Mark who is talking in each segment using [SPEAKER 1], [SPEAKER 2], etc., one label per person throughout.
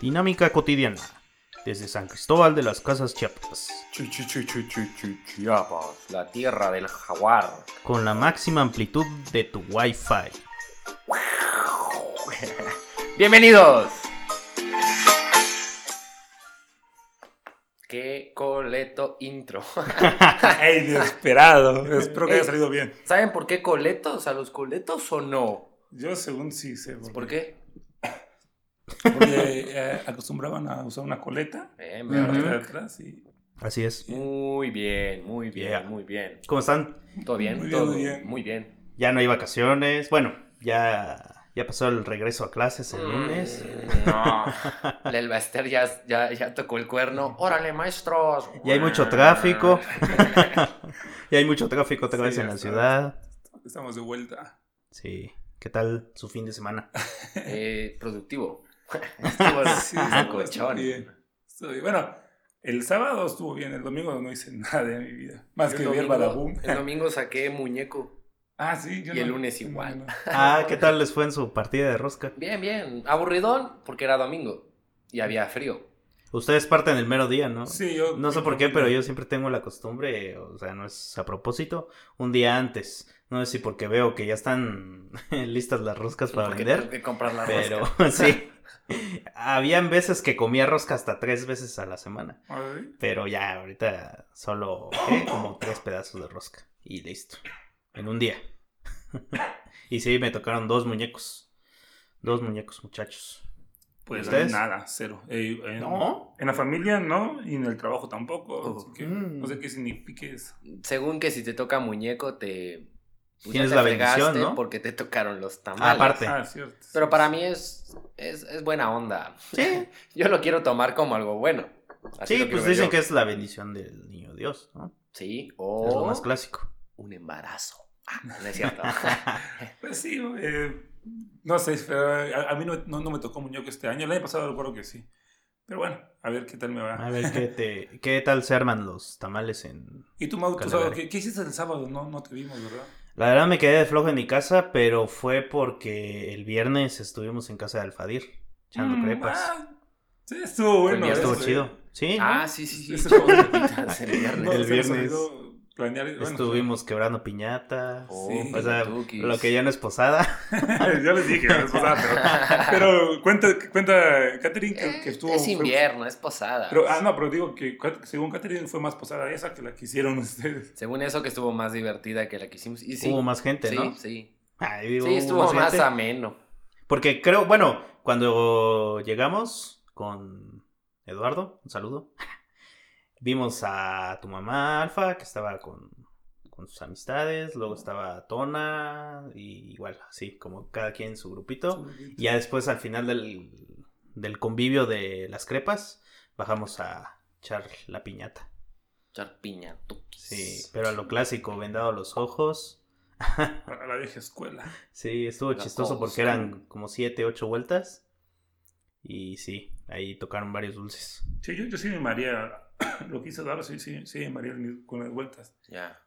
[SPEAKER 1] Dinámica cotidiana. Desde San Cristóbal de las Casas Chiapas.
[SPEAKER 2] Chi- chi- chi- chi- chi- chi- Chiapas, la tierra del jaguar.
[SPEAKER 1] Con la máxima amplitud de tu Wi-Fi.
[SPEAKER 2] ¡Bienvenidos! ¡Qué coleto intro!
[SPEAKER 3] ¡Ey, inesperado! Eh, Espero que haya
[SPEAKER 2] Ey.
[SPEAKER 3] salido bien.
[SPEAKER 2] ¿Saben por qué coletos? ¿A los coletos o no?
[SPEAKER 3] Yo según sí sé. Porque,
[SPEAKER 2] ¿Por qué?
[SPEAKER 3] porque, eh, acostumbraban a usar una coleta
[SPEAKER 2] Eh, me
[SPEAKER 3] para
[SPEAKER 1] Ujú.
[SPEAKER 3] estar
[SPEAKER 2] arrastra-
[SPEAKER 3] atrás y...
[SPEAKER 1] Así es.
[SPEAKER 2] Muy bien, muy bien,
[SPEAKER 1] Yeah.
[SPEAKER 2] muy bien.
[SPEAKER 1] ¿Cómo están?
[SPEAKER 2] ¿Todo bien?
[SPEAKER 3] Muy bien,
[SPEAKER 2] ¿Todo
[SPEAKER 3] muy bien.
[SPEAKER 2] Muy bien.
[SPEAKER 1] Ya no hay vacaciones. Bueno, ya, ya pasó el regreso a clases el ¿Este lunes.
[SPEAKER 2] Mm, No. El Baster ya, ya, ya tocó el cuerno. ¡Órale, maestros!
[SPEAKER 1] Ya Mm. hay mucho tráfico. ya hay mucho tráfico otra
[SPEAKER 3] Sí,
[SPEAKER 1] vez en
[SPEAKER 3] ya
[SPEAKER 1] la
[SPEAKER 3] está.
[SPEAKER 1] ciudad.
[SPEAKER 3] Estamos de vuelta.
[SPEAKER 1] Sí. ¿Qué tal su fin de semana?
[SPEAKER 2] Eh, productivo. Estuvo
[SPEAKER 3] Sí,
[SPEAKER 2] ah,
[SPEAKER 3] estuvo
[SPEAKER 2] locochón.
[SPEAKER 3] bien. Estoy- Bueno, el sábado estuvo bien, el domingo no hice nada de mi vida. Más
[SPEAKER 2] Yo
[SPEAKER 3] que
[SPEAKER 2] el
[SPEAKER 3] ver
[SPEAKER 2] domingo,
[SPEAKER 3] Badaboom.
[SPEAKER 2] el domingo saqué muñeco.
[SPEAKER 3] Ah, sí. yo
[SPEAKER 2] Y el lunes igual.
[SPEAKER 1] Ah, ¿qué tal les fue en su partida de rosca?
[SPEAKER 2] Bien, bien. Aburridón porque era domingo y había frío.
[SPEAKER 1] Ustedes parten el mero día, ¿no?
[SPEAKER 3] Sí, yo...
[SPEAKER 1] No sé por qué, pero yo siempre tengo la costumbre, o sea, no es a propósito, un día antes. No sé si porque veo que ya están listas las roscas para
[SPEAKER 2] porque tengo
[SPEAKER 1] vender,
[SPEAKER 2] que comprar la
[SPEAKER 1] pero
[SPEAKER 2] rosca.
[SPEAKER 1] sí. Habían veces que comía rosca hasta tres veces a la semana, pero ya ahorita solo ¿qué? como tres pedazos de rosca y listo, en un día. y sí, me tocaron dos muñecos, dos muñecos muchachos.
[SPEAKER 3] Pues
[SPEAKER 1] ¿Ustedes?
[SPEAKER 3] nada, cero. Eh, en-
[SPEAKER 1] ¿No?
[SPEAKER 3] En la familia no, y en el trabajo tampoco.
[SPEAKER 2] Oh.
[SPEAKER 3] así que
[SPEAKER 1] Mm.
[SPEAKER 3] No sé qué significa eso.
[SPEAKER 2] Según que si te toca muñeco, te. pues,
[SPEAKER 1] Tienes
[SPEAKER 2] ya te
[SPEAKER 1] la bendición,
[SPEAKER 2] fregaste
[SPEAKER 1] ¿no?
[SPEAKER 2] Porque te tocaron los tamales.
[SPEAKER 1] Aparte. Sí.
[SPEAKER 3] Ah, cierto.
[SPEAKER 2] Pero para mí es, es, es buena onda.
[SPEAKER 1] Sí,
[SPEAKER 2] Yo lo quiero tomar como algo bueno. Así
[SPEAKER 1] sí
[SPEAKER 2] lo quiero
[SPEAKER 1] pues
[SPEAKER 2] ver
[SPEAKER 1] dicen
[SPEAKER 2] yo.
[SPEAKER 1] que es la bendición del niño Dios, ¿no?
[SPEAKER 2] Sí,
[SPEAKER 1] Es lo
[SPEAKER 2] o
[SPEAKER 1] más clásico.
[SPEAKER 2] un embarazo. Ah, no es cierto.
[SPEAKER 3] Pues sí, eh, no sé, pero eh, a, a mí no, no- no me tocó muñeco este año. El año pasado recuerdo que sí. Pero bueno, a ver qué tal me
[SPEAKER 1] A
[SPEAKER 2] Ah.
[SPEAKER 3] va.
[SPEAKER 1] ver qué, te, qué tal se arman los tamales en...
[SPEAKER 3] Y tú, Mau, tú
[SPEAKER 1] Calavera.
[SPEAKER 3] sabes, ¿qué, qué hiciste el sábado? No, no te vimos, ¿verdad?
[SPEAKER 1] La verdad me quedé de flojo en mi casa, pero fue porque el viernes estuvimos en casa de Alfadir, echando
[SPEAKER 3] Mm,
[SPEAKER 1] crepas.
[SPEAKER 3] ah, sí, estuvo bueno.
[SPEAKER 1] Ya estuvo
[SPEAKER 3] eso, eh.
[SPEAKER 1] chido. Sí,
[SPEAKER 2] ah,
[SPEAKER 1] ¿no?
[SPEAKER 2] sí, sí, sí.
[SPEAKER 3] Eso-
[SPEAKER 2] Estuvo bonitas el viernes.
[SPEAKER 1] El
[SPEAKER 3] No, se nos
[SPEAKER 1] viernes
[SPEAKER 3] olvidó planear- bueno,
[SPEAKER 1] estuvimos quebrando piñatas.
[SPEAKER 2] Oh,
[SPEAKER 3] Sí.
[SPEAKER 1] o sea,
[SPEAKER 2] Kentucky.
[SPEAKER 1] lo que ya no es posada.
[SPEAKER 3] Yo les dije, la vez pasada, pero, pero cuenta, cuenta Catherine que,
[SPEAKER 2] Eh,
[SPEAKER 3] que estuvo.
[SPEAKER 2] es
[SPEAKER 3] fue-
[SPEAKER 2] invierno, es posada.
[SPEAKER 3] Pero, ah, no, pero digo que Cat- según Catherine fue más posada esa que la que hicieron ustedes.
[SPEAKER 2] Según eso que estuvo más divertida que la que hicimos. Y sí,
[SPEAKER 1] Hubo más gente,
[SPEAKER 2] sí,
[SPEAKER 1] ¿no?
[SPEAKER 2] sí.
[SPEAKER 1] Ay, digo,
[SPEAKER 2] Sí,
[SPEAKER 1] hubo
[SPEAKER 2] estuvo más
[SPEAKER 1] gente.
[SPEAKER 2] ameno.
[SPEAKER 1] Porque creo, bueno, cuando llegamos con Eduardo, un saludo, vimos a tu mamá Alfa, que estaba con, con sus amistades, luego estaba Tona, y igual, así, como cada quien su grupito. Y ya después, al final del, del convivio de las crepas, bajamos a echar la piñata.
[SPEAKER 2] Charpiña, tuquis.
[SPEAKER 1] Sí, pero a lo clásico, vendado los ojos.
[SPEAKER 3] A la vieja escuela.
[SPEAKER 1] Sí, estuvo
[SPEAKER 2] La
[SPEAKER 1] chistoso porque
[SPEAKER 2] costa.
[SPEAKER 1] eran como siete, ocho vueltas. Y sí, ahí tocaron varios dulces.
[SPEAKER 3] Sí, yo, yo sí me maría. Lo que hizo Daro, sí, sí, sí me maría con las vueltas.
[SPEAKER 2] Ya.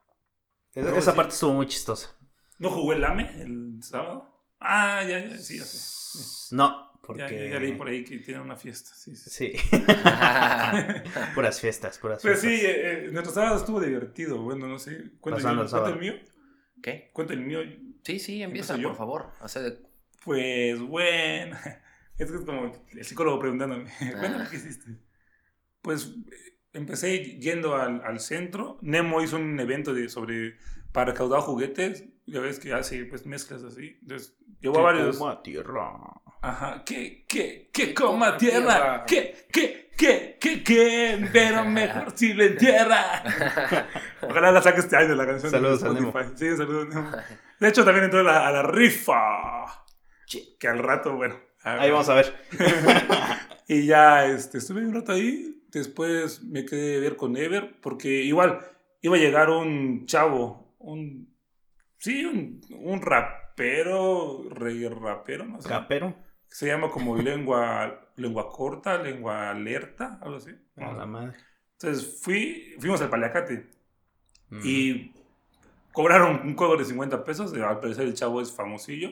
[SPEAKER 1] Esa,
[SPEAKER 3] No,
[SPEAKER 1] esa
[SPEAKER 3] sí.
[SPEAKER 1] parte estuvo muy chistosa.
[SPEAKER 3] ¿No jugó el lame el sábado? Ah, ya, ya, sí, ya sé.
[SPEAKER 1] No,
[SPEAKER 3] Ya,
[SPEAKER 1] porque...
[SPEAKER 3] ya, ya leí por ahí que tiene una fiesta. Sí, sí. sí.
[SPEAKER 1] Sí, puras fiestas, puras
[SPEAKER 3] Pues
[SPEAKER 1] fiestas.
[SPEAKER 3] sí, eh, eh, nuestro sábado estuvo divertido. Bueno, no sé. ¿Cuánto
[SPEAKER 1] Pasando el
[SPEAKER 3] el, cuenta
[SPEAKER 1] sábado.
[SPEAKER 3] el mío?
[SPEAKER 2] ¿Qué?
[SPEAKER 3] ¿Cuánto el mío?
[SPEAKER 2] Sí, sí, empieza,
[SPEAKER 3] ¿Empiezo yo?
[SPEAKER 2] por favor. Hace de-
[SPEAKER 3] Pues bueno. Es que es como el psicólogo preguntándome. Cuéntame qué hiciste. Pues eh, empecé yendo al, al centro. Nemo hizo un evento de, sobre para recaudar juguetes. Ya ves que hace pues mezclas así. Entonces, llevó a varios.
[SPEAKER 1] Como a tierra.
[SPEAKER 3] Ajá, que, que, que coma tierra, que, que, que, que, que, pero mejor si lo entierra. Ojalá la saque este año la canción. de
[SPEAKER 1] Saludos a
[SPEAKER 3] Spotify. Sí, saludos a Nemo. De hecho, también entró a la, a la rifa.
[SPEAKER 2] Che.
[SPEAKER 3] Que al rato, bueno.
[SPEAKER 1] Ahí vamos a ver.
[SPEAKER 3] Y ya este, estuve un rato ahí. Después me quedé a ver con Ever, porque igual iba a llegar un chavo, un. Sí, un, un rapero, rey rapero, no sé
[SPEAKER 1] Capero.
[SPEAKER 3] se llama como lengua, lengua corta, lengua alerta, algo así.
[SPEAKER 1] A la madre.
[SPEAKER 3] Entonces fui, fuimos al Paliacate
[SPEAKER 1] Mm.
[SPEAKER 3] y cobraron un cobro de 50 pesos. Al parecer el chavo es famosillo.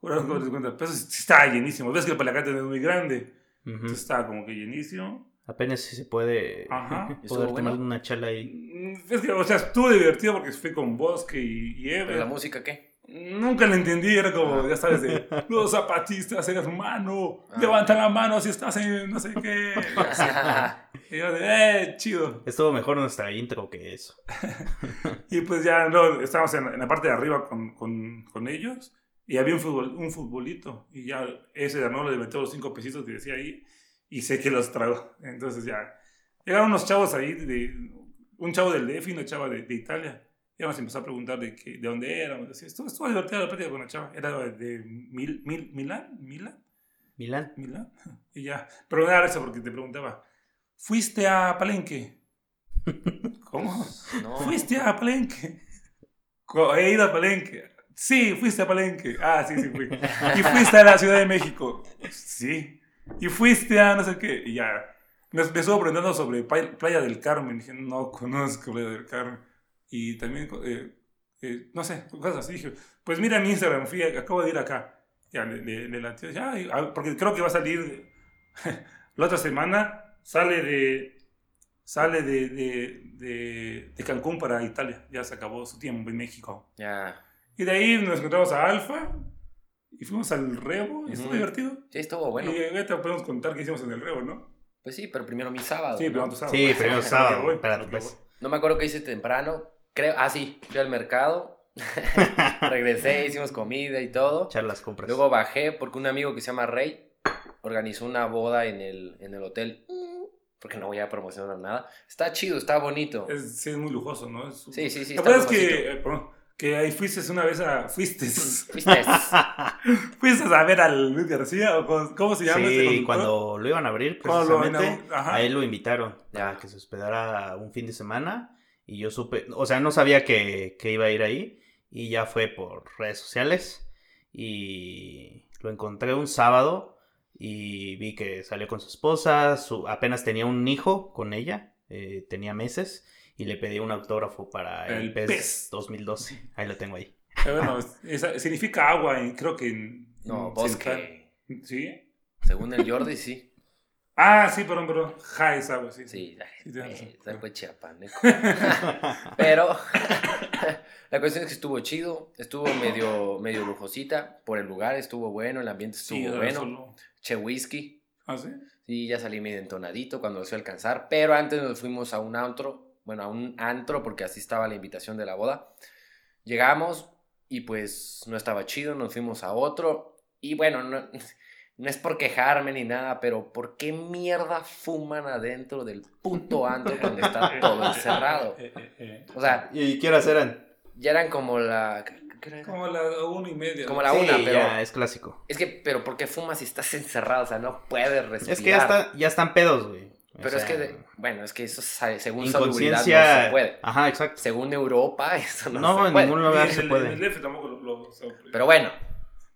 [SPEAKER 3] Cobraron un cobro de 50 pesos. y Estaba llenísimo. Ves que el Paliacate no es muy grande.
[SPEAKER 1] Ujú.
[SPEAKER 3] Entonces estaba como que llenicio.
[SPEAKER 1] Apenas si se puede
[SPEAKER 3] Ajá.
[SPEAKER 2] ¿Estuvo
[SPEAKER 1] poder tomar
[SPEAKER 2] bueno?
[SPEAKER 1] una charla ahí.
[SPEAKER 3] Mm, Es que, o sea, estuvo divertido porque fui con Bosque y, y
[SPEAKER 2] ¿Pero la
[SPEAKER 3] Ever.
[SPEAKER 2] música qué?
[SPEAKER 3] Nunca la entendí, era como,
[SPEAKER 2] Ah.
[SPEAKER 3] ya sabes, de los zapatistas, eres humano,
[SPEAKER 2] Ah.
[SPEAKER 3] levanta la mano si estás en no sé qué. Y yo de, eh, chido.
[SPEAKER 1] Estuvo mejor nuestra intro que eso.
[SPEAKER 3] Y pues ya no, estábamos en, en la parte de arriba con, con- con ellos y había un, futbol, un futbolito y ya ese de Arnoldo le metió los cinco pesitos que decía ahí y sé que los tragó. Entonces ya llegaron unos chavos ahí, de, un chavo del DF y una chava de, de Italia. Y ya nos empezó a preguntar de, qué, de dónde éramos. Así, estuvo, estuvo divertida la práctica con la chava. Era de, Mil- Mil- Milán, Milán,
[SPEAKER 1] Milán.
[SPEAKER 3] Milán. Y ya, pero era eso porque te preguntaba, ¿fuiste a Palenque? ¿Cómo?
[SPEAKER 2] No.
[SPEAKER 3] ¿Fuiste a Palenque? Co- He ido a Palenque. Sí, fuiste a Palenque. Ah, sí, sí, fui. ¿Y fuiste a la Ciudad de México? Sí. ¿Y fuiste a no sé qué? Y ya. Me, me estuvo preguntando sobre Pay- Playa del Carmen. Dije, no conozco Playa del Carmen. Y también, eh, eh, no sé, cosas así. Dije, pues mira mi Instagram, fui, a- acabo de ir acá. Ya, le, le, le latió. Ya, y- ah, porque creo que va a salir la otra semana. Sale de, sale de, de, de, de Cancún para Italia. Ya se acabó su tiempo en México.
[SPEAKER 2] Ya.
[SPEAKER 3] Y de ahí nos encontramos a Alfa y fuimos al Rebo. Y estuvo
[SPEAKER 2] Ujú.
[SPEAKER 3] divertido.
[SPEAKER 2] Sí, estuvo bueno.
[SPEAKER 3] Y eh, te podemos contar qué hicimos en el Rebo, ¿no?
[SPEAKER 2] Pues sí, pero primero mi sábado.
[SPEAKER 3] Sí, pero
[SPEAKER 2] ¿no?
[SPEAKER 3] antes sábado.
[SPEAKER 1] Sí, primero sábado.
[SPEAKER 3] Lo que voy,
[SPEAKER 1] espérate,
[SPEAKER 3] lo que
[SPEAKER 1] pues.
[SPEAKER 2] No me acuerdo qué hice temprano. Creo, ah, sí, fui al mercado. Regresé, hicimos comida y todo.
[SPEAKER 1] Echar las compras.
[SPEAKER 2] Luego bajé porque un amigo que se llama Rey organizó una boda en el, en el hotel. Porque no voy a promocionar nada. Está chido, está bonito.
[SPEAKER 3] Es, sí, es muy lujoso, ¿no? Es-
[SPEAKER 2] Sí, sí, sí.
[SPEAKER 3] ¿Te
[SPEAKER 2] está
[SPEAKER 3] acuerdas
[SPEAKER 2] famosito.
[SPEAKER 3] que, eh, perdón, que ahí fuiste una vez a. Fuiste,
[SPEAKER 2] Fuiste.
[SPEAKER 3] fuiste a ver al Luis García? ¿O cómo, cómo se llama ese
[SPEAKER 1] sí,
[SPEAKER 3] conductor?
[SPEAKER 1] cuando lo iban a abrir,
[SPEAKER 3] Cuando lo
[SPEAKER 1] precisamente,
[SPEAKER 3] inauguró, ajá.
[SPEAKER 1] a él lo invitaron
[SPEAKER 2] Ya.
[SPEAKER 1] a que se hospedara un fin de semana. Y yo supe, o sea, no sabía que, que iba a ir ahí. Y ya fue por redes sociales. Y lo encontré un sábado. Y vi que salió con su esposa. Su, apenas tenía un hijo con ella. eh, tenía meses. Y le pedí un autógrafo para el,
[SPEAKER 3] El
[SPEAKER 1] PES,
[SPEAKER 3] PES.
[SPEAKER 1] 2012. Ahí lo tengo ahí.
[SPEAKER 3] Eh, Bueno, es- esa- significa agua, en- creo que en.
[SPEAKER 2] No,
[SPEAKER 3] en Central.
[SPEAKER 2] bosque.
[SPEAKER 3] ¿Sí?
[SPEAKER 2] Según el Jordi, sí.
[SPEAKER 3] Ah, sí, perdón, perdón. Ja, es agua, sí.
[SPEAKER 2] Sí, eh,
[SPEAKER 3] Sí, tienes razón.
[SPEAKER 2] fue chiapaneco. Pero la cuestión es que estuvo chido, estuvo medio, medio lujosita por el lugar, estuvo bueno, el ambiente estuvo
[SPEAKER 3] Sí, era
[SPEAKER 2] bueno.
[SPEAKER 3] solo-
[SPEAKER 2] Che whisky.
[SPEAKER 3] ¿Ah, sí?
[SPEAKER 2] Sí, ya salí medio entonadito cuando los fui a alcanzar, pero antes nos fuimos a un antro, bueno, a un antro porque así estaba la invitación de la boda. Llegamos y pues no estaba chido, nos fuimos a otro y bueno, no, no es por quejarme ni nada, pero ¿por qué mierda fuman adentro del puto antro cuando está todo encerrado?
[SPEAKER 3] Eh, eh, eh.
[SPEAKER 2] O sea,
[SPEAKER 1] ¿Y qué horas eran?
[SPEAKER 2] ya eran como la... ¿qué era?
[SPEAKER 3] Como la una y media.
[SPEAKER 2] Como la
[SPEAKER 1] Sí,
[SPEAKER 2] una, pero...
[SPEAKER 1] ya, es clásico.
[SPEAKER 2] Es que, pero ¿por qué fumas si estás encerrado? O sea, no puedes respirar.
[SPEAKER 1] Es que ya, está- ya están pedos, güey. O
[SPEAKER 2] Pero es
[SPEAKER 1] sea,
[SPEAKER 2] que, de- bueno, es que eso sa- según salubridad no
[SPEAKER 1] inconsciencia.
[SPEAKER 2] se puede.
[SPEAKER 1] Ajá, exacto.
[SPEAKER 2] Según Europa, eso no,
[SPEAKER 1] No,
[SPEAKER 2] se
[SPEAKER 1] en
[SPEAKER 2] puede.
[SPEAKER 1] ningún
[SPEAKER 3] Ni en
[SPEAKER 1] lugar
[SPEAKER 3] el-
[SPEAKER 1] se
[SPEAKER 3] En el
[SPEAKER 1] puede.
[SPEAKER 3] DF tampoco lo. lo- o sea,
[SPEAKER 2] Pero bueno,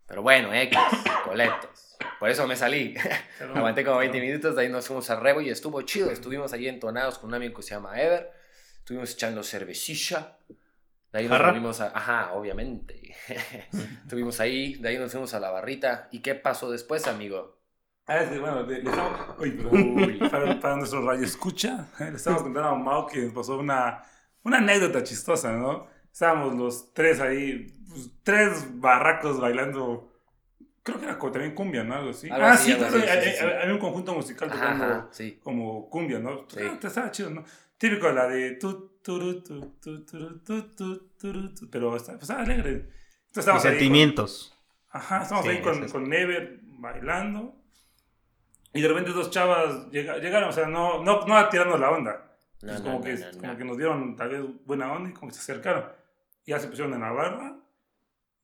[SPEAKER 2] pero bueno, X, colectos. Por eso me salí.
[SPEAKER 1] Mm,
[SPEAKER 3] pero-
[SPEAKER 2] Aguanté como 20 minutos, de ahí nos fuimos a Rebo y estuvo chido. Estuvimos allí entonados con un amigo que se llama Ever. Estuvimos echando cervecilla. De ahí nos
[SPEAKER 1] Jarra.
[SPEAKER 2] fuimos a... Ajá, obviamente. Estuvimos ahí, de ahí nos fuimos a la barrita. ¿Y qué pasó después, amigo?
[SPEAKER 3] Ah, es que, bueno, le, le estamos- Uy, perdón. para, para nuestro radio escucha, eh, le estamos contando a Mau que nos pasó una, una anécdota chistosa, ¿no? Estábamos los tres ahí, pues, tres barracos bailando. Creo que era co- también cumbia, ¿no? Algo así.
[SPEAKER 2] Algo
[SPEAKER 3] ah,
[SPEAKER 2] así,
[SPEAKER 3] sí,
[SPEAKER 2] algo
[SPEAKER 3] claro,
[SPEAKER 2] así, sí,
[SPEAKER 3] hay-
[SPEAKER 2] sí, sí.
[SPEAKER 3] hay- había un conjunto musical
[SPEAKER 2] Ajá,
[SPEAKER 3] tocando
[SPEAKER 2] ajá, sí.
[SPEAKER 3] como cumbia, ¿no?
[SPEAKER 2] Sí.
[SPEAKER 3] Ah, Estaba chido, ¿no? Típico la de tu, turu, tu, tu, turu, tu, tu, turu, tu, pero está- pues, estaba alegre. Entonces
[SPEAKER 1] Y
[SPEAKER 3] estábamos ahí con-
[SPEAKER 1] sentimientos.
[SPEAKER 3] Ajá, estamos
[SPEAKER 1] Sí,
[SPEAKER 3] ahí con,
[SPEAKER 1] es eso.
[SPEAKER 3] con Never bailando. Y de repente dos chavas llega- llegaron, o sea, no, no, no tirando la onda.
[SPEAKER 2] No,
[SPEAKER 3] Pues
[SPEAKER 2] no,
[SPEAKER 3] como,
[SPEAKER 2] no,
[SPEAKER 3] que,
[SPEAKER 2] no,
[SPEAKER 3] como
[SPEAKER 2] no.
[SPEAKER 3] que nos dieron tal vez buena onda y como que se acercaron. Y ya se pusieron en la barra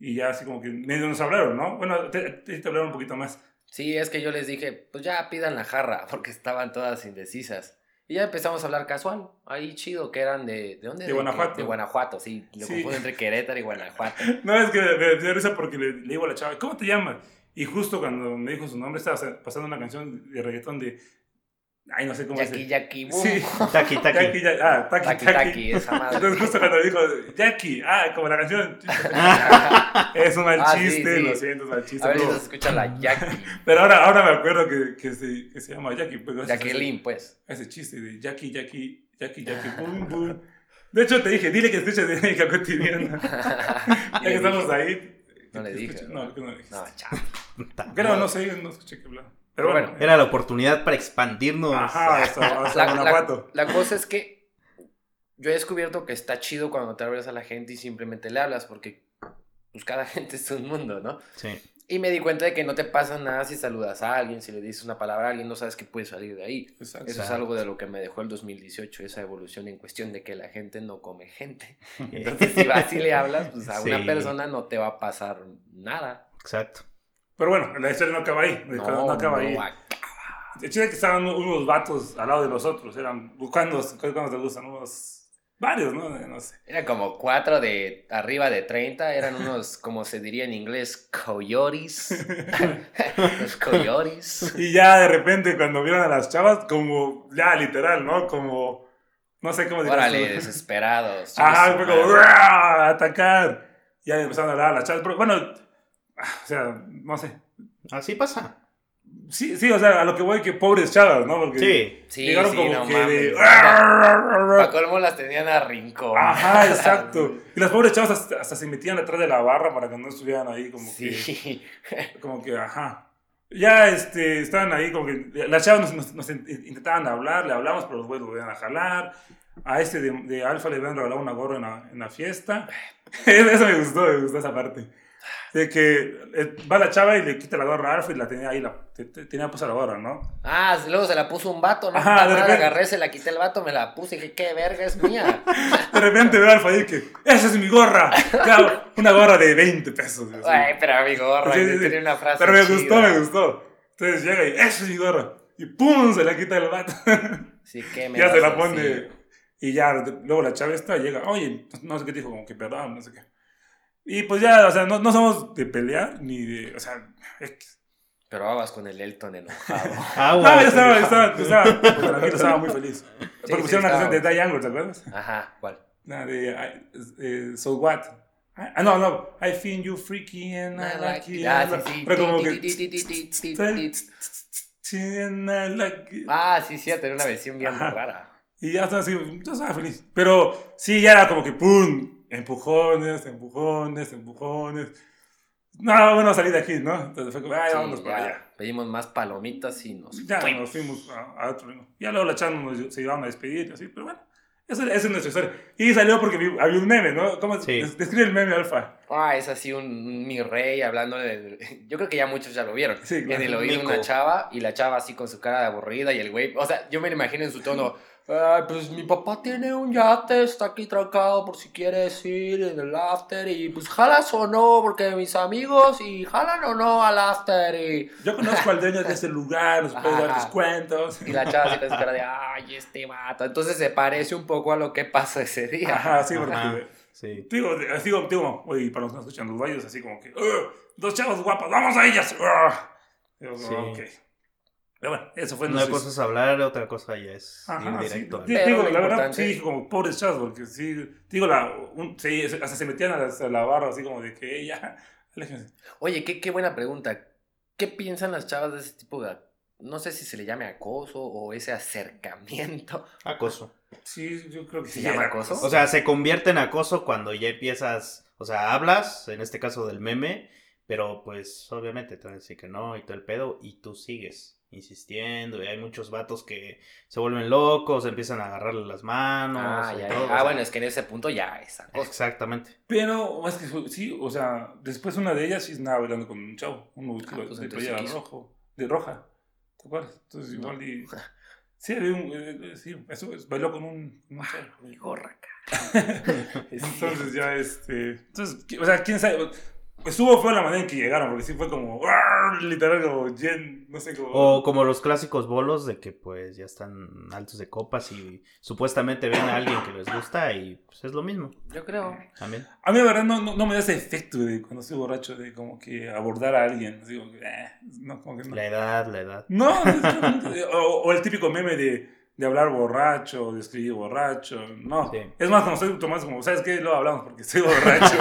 [SPEAKER 3] y ya así como que medio nos hablaron, ¿no? Bueno, te, te- te hablaron un poquito más.
[SPEAKER 2] Sí, es que yo les dije, pues ya pidan la jarra, porque estaban todas indecisas. Y ya empezamos a hablar casual, ahí chido, que eran de... ¿De dónde?
[SPEAKER 3] De Guanajuato.
[SPEAKER 2] De Guanajuato, sí. Lo
[SPEAKER 3] Sí.
[SPEAKER 2] confundo entre Querétaro y Guanajuato.
[SPEAKER 3] No, es que me, me dio risa porque le, le digo a la chava, ¿cómo te llamas? Y justo cuando me dijo su nombre, estaba sa- pasando una canción de reggaetón de Ay, no sé cómo
[SPEAKER 2] Jackie,
[SPEAKER 3] se
[SPEAKER 2] Jackie, boom.
[SPEAKER 3] Sí.
[SPEAKER 1] Taki, taki.
[SPEAKER 3] Jackie, ya- ah, taqui,
[SPEAKER 2] Taki,
[SPEAKER 3] taqui.
[SPEAKER 2] taki, esa madre.
[SPEAKER 3] Entonces, justo cuando dijo Jackie, ah, como la canción. Es un mal
[SPEAKER 2] Ah, sí,
[SPEAKER 3] chiste,
[SPEAKER 2] sí.
[SPEAKER 3] lo siento, es mal chiste.
[SPEAKER 2] A ver si
[SPEAKER 3] pero-
[SPEAKER 2] se escucha la Jackie.
[SPEAKER 3] Pero ahora, ahora me acuerdo que, que, se, que se llama Jackie. Pues, gracias a ese-
[SPEAKER 2] Jacqueline, pues.
[SPEAKER 3] a ese chiste de Jackie, Jackie, Jackie, Jackie, boom, boom. De hecho, te dije, dile que escuches dinámica cotidiana. Ya que
[SPEAKER 2] Le
[SPEAKER 3] estamos
[SPEAKER 2] dije.
[SPEAKER 3] ahí.
[SPEAKER 2] No le
[SPEAKER 3] que
[SPEAKER 2] dije,
[SPEAKER 3] escuches-
[SPEAKER 2] ¿verdad?
[SPEAKER 3] No, que no le dijiste.
[SPEAKER 2] No, chao.
[SPEAKER 3] Creo,
[SPEAKER 2] no.
[SPEAKER 3] no sé, no escuché que hablaba. Pero bueno.
[SPEAKER 2] Bueno,
[SPEAKER 1] Era la oportunidad para expandirnos.
[SPEAKER 3] Ajá, hasta, hasta
[SPEAKER 2] La, la-
[SPEAKER 3] Guanajuato.
[SPEAKER 2] la cosa es que yo he descubierto que está chido cuando te abres a la gente y simplemente le hablas, porque pues cada gente es un mundo, ¿no?
[SPEAKER 1] Sí.
[SPEAKER 2] Y me di cuenta de que no te pasa nada si saludas a alguien, si le dices una palabra a alguien, no sabes que puede salir de ahí.
[SPEAKER 3] Exacto.
[SPEAKER 2] Eso es algo de lo que me dejó el 2018, esa evolución en cuestión de que la gente no come gente. Entonces, si vas y le hablas, pues a
[SPEAKER 1] Sí.
[SPEAKER 2] una persona no te va a pasar nada.
[SPEAKER 1] Exacto.
[SPEAKER 3] Pero bueno, la historia no acaba ahí. No,
[SPEAKER 2] No,
[SPEAKER 3] no acaba
[SPEAKER 2] no
[SPEAKER 3] ahí.
[SPEAKER 2] va-
[SPEAKER 3] El chiste es que estaban unos vatos al lado de nosotros. Eran, ¿cuándo, cuándo te gustan? Unos, varios, ¿no? No sé.
[SPEAKER 2] Era como cuatro de arriba de 30, eran unos, como se diría en inglés, coyotes. Los coyotes.
[SPEAKER 3] Y ya de repente cuando vieron a las chavas, como, ya literal, ¿no? Como, no sé cómo dirás
[SPEAKER 2] Órale,
[SPEAKER 3] tú.
[SPEAKER 2] desesperados.
[SPEAKER 3] Ajá, Ah, fue
[SPEAKER 2] chingue su
[SPEAKER 3] como,
[SPEAKER 2] madre.
[SPEAKER 3] "Ruah", atacar. Ya empezaron a hablar a las chavas, pero bueno, ah, o sea, no sé.
[SPEAKER 1] Así pasa.
[SPEAKER 3] Sí, sí, o sea, a lo que voy, que pobres chavas, ¿no? Porque
[SPEAKER 1] Sí.
[SPEAKER 2] Sí,
[SPEAKER 3] llegaron
[SPEAKER 2] sí,
[SPEAKER 3] como
[SPEAKER 2] no
[SPEAKER 3] que
[SPEAKER 2] mames.
[SPEAKER 3] de...
[SPEAKER 2] Para
[SPEAKER 3] "Ruah".
[SPEAKER 2] colmo las tenían a rincón.
[SPEAKER 3] Ajá, exacto. Y las pobres chavas hasta, hasta se metían atrás de la barra para que no estuvieran ahí como que...
[SPEAKER 2] Sí.
[SPEAKER 3] como que, ajá. Ya este, estaban ahí, como que las chavas nos, nos- nos in- intentaban hablar, le hablamos, pero los güeyes lo volvían a jalar. A este de, de Alfa le habían regalado una gorra en la, en la fiesta. Eso me gustó, me gustó esa parte. De que eh, va la chava y le quita la gorra a Alfa y la tenía ahí, la, te- te- tenía puesta la gorra, ¿no?
[SPEAKER 2] Ah, luego se la puso un vato, ¿no?
[SPEAKER 3] Ajá,
[SPEAKER 2] Ajá,
[SPEAKER 3] de
[SPEAKER 2] la
[SPEAKER 3] repente.
[SPEAKER 2] agarré, se la quité el vato, me la puse y dije, qué verga, es mía.
[SPEAKER 3] De repente veo a Alfa y que, ¡esa es mi gorra! Ya, una gorra de 20 pesos. así.
[SPEAKER 2] Ay, pero amigo,
[SPEAKER 3] Sí, sí, sí.
[SPEAKER 2] tiene una frase
[SPEAKER 3] Pero me
[SPEAKER 2] chida.
[SPEAKER 3] gustó, me gustó. Entonces llega y, ¡esa es mi gorra! Y ¡pum! se la quita el vato.
[SPEAKER 2] Sí, que me
[SPEAKER 3] ya
[SPEAKER 2] vas
[SPEAKER 3] se
[SPEAKER 2] a
[SPEAKER 3] la pone.
[SPEAKER 2] decir?
[SPEAKER 3] Y ya, de- luego la chava esta llega, oye, no sé qué te dijo, como que perdón, no sé qué. Y pues ya, o sea, no, no somos de pelear ni de. O sea, X.
[SPEAKER 2] Pero habas con el Elton enojado.
[SPEAKER 3] No,
[SPEAKER 1] Agua.
[SPEAKER 3] yo estaba, yo estaba, yo estaba, pues, tranquilo, estaba muy feliz. Porque
[SPEAKER 2] sí,
[SPEAKER 3] pusieron una
[SPEAKER 2] estaba.
[SPEAKER 3] canción de Diane, ¿te acuerdas?
[SPEAKER 2] Ajá, ¿cuál?
[SPEAKER 3] Nada, de. I- eh, so what? Ah, no, no. I feel you freaky and I like you.
[SPEAKER 2] Ah, sí, sí.
[SPEAKER 3] Pero como que.
[SPEAKER 2] Ti, ti, ti, ti, ti, ti, ti.
[SPEAKER 3] And I like you.
[SPEAKER 2] Ah, sí, sí, tenía una versión bien
[SPEAKER 3] Ajá.
[SPEAKER 2] rara.
[SPEAKER 3] Y ya estaba así, yo estaba feliz. Pero sí, ya era como que ¡pum! Empujones, empujones, empujones. No, bueno, salí de aquí, ¿no? Entonces fue como, ay,
[SPEAKER 2] Sí,
[SPEAKER 3] vámonos para
[SPEAKER 2] ya.
[SPEAKER 3] allá.
[SPEAKER 2] Pedimos más palomitas y nos
[SPEAKER 3] Ya
[SPEAKER 2] fuimos.
[SPEAKER 3] nos fuimos a, a otro. ¿no? Ya luego la chava nos- se iban a despedir, y así, pero bueno. Esa esa es nuestra historia. Y salió porque vi- había un meme, ¿no? ¿Cómo
[SPEAKER 1] Sí.
[SPEAKER 3] des- describe el meme, Alfa?
[SPEAKER 2] Ah, es así un, un mi rey hablando de... Yo creo que ya muchos ya lo vieron.
[SPEAKER 3] Sí,
[SPEAKER 2] en el oído de una
[SPEAKER 1] Mico.
[SPEAKER 2] chava y la chava así con su cara de aburrida y el güey... O sea, yo me lo imagino en su tono. "Ay, pues mi papá tiene un yate, está aquí trancado por si quieres ir en el after y pues jalas o no, porque mis amigos y jalan o no al after y...
[SPEAKER 3] Yo conozco al dueño de ese lugar, os puedo dar
[SPEAKER 2] Ajá.
[SPEAKER 3] descuentos.
[SPEAKER 2] Y la chava así con su cara de, ay, este vato. Entonces se parece un poco a lo que pasa ese día.
[SPEAKER 3] Ajá, sí, porque.
[SPEAKER 1] Ajá. Sí.
[SPEAKER 3] Digo, así como, digo, oye, para los que no escuchan los valles, así como que, "Ugh, dos chavas guapas, vamos a ellas. Ugh. Digo,
[SPEAKER 1] Sí.
[SPEAKER 3] ok. Pero bueno, eso fue
[SPEAKER 1] Una
[SPEAKER 3] nuestro-
[SPEAKER 1] cosa es hablar, otra cosa ya es ir
[SPEAKER 3] Ajá, sí,
[SPEAKER 1] directo.
[SPEAKER 3] di-
[SPEAKER 1] al-
[SPEAKER 2] Pero
[SPEAKER 3] digo,
[SPEAKER 2] lo
[SPEAKER 3] la verdad,
[SPEAKER 2] importante-
[SPEAKER 3] sí, dije como pobres chavas, porque sí, digo, la, un- sí, hasta se metían a la, a la barra, así como de que ella, aléjense.
[SPEAKER 2] Oye, qué, qué buena pregunta. ¿Qué piensan las chavas de ese tipo de... No sé si se le llame acoso o ese acercamiento.
[SPEAKER 1] Acoso.
[SPEAKER 3] Sí, yo creo que
[SPEAKER 2] ¿Se
[SPEAKER 3] sí
[SPEAKER 2] llama
[SPEAKER 3] era
[SPEAKER 2] acoso?
[SPEAKER 1] O sea, se convierte en acoso cuando ya empiezas, o sea, hablas, en este caso del meme, pero pues obviamente te van a decir que no y todo el pedo y tú sigues insistiendo y hay muchos vatos que se vuelven locos, empiezan a agarrarle las manos.
[SPEAKER 2] ah,
[SPEAKER 1] y
[SPEAKER 2] ya,
[SPEAKER 1] todo,
[SPEAKER 2] ya.
[SPEAKER 1] o
[SPEAKER 2] Ah,
[SPEAKER 1] sea,
[SPEAKER 2] bueno, es que en ese punto ya es acoso.
[SPEAKER 1] Exactamente.
[SPEAKER 3] Pero, más que su- sí, o sea, después una de ellas sí andaba bailando con un chavo, un músico
[SPEAKER 2] Ah, pues
[SPEAKER 3] de
[SPEAKER 2] entonces
[SPEAKER 3] playera
[SPEAKER 2] sí quiso.
[SPEAKER 3] rojo, de roja, ¿te acuerdas? Entonces
[SPEAKER 2] No.
[SPEAKER 3] igual y... Sí, había un, eh, eh, sí, eso es, bailó con un, con un chavo.
[SPEAKER 2] Ah, Mi gorra, cara.
[SPEAKER 3] Entonces ya este... Entonces, qui- o sea, quién sabe, Estuvo fue la manera en que llegaron, porque sí fue como. "Arr", Literal, como. "Yen", No sé cómo.
[SPEAKER 2] Oh.
[SPEAKER 1] O como los clásicos bolos de que pues ya están altos de copas y supuestamente ven a alguien que les gusta y pues es lo mismo
[SPEAKER 2] Yo creo.
[SPEAKER 1] también.
[SPEAKER 3] A mí, la verdad, no, no, no me da ese efecto de cuando estoy borracho, de como que abordar a alguien. Así como que, "Eh", no, como que no.
[SPEAKER 1] La edad, la edad.
[SPEAKER 3] No, es que no- o, o el típico meme de, de hablar borracho, de escribir borracho. No.
[SPEAKER 1] Sí.
[SPEAKER 3] Es más, cuando estoy tomando, es como, ¿sabes qué? Luego hablamos porque estoy borracho.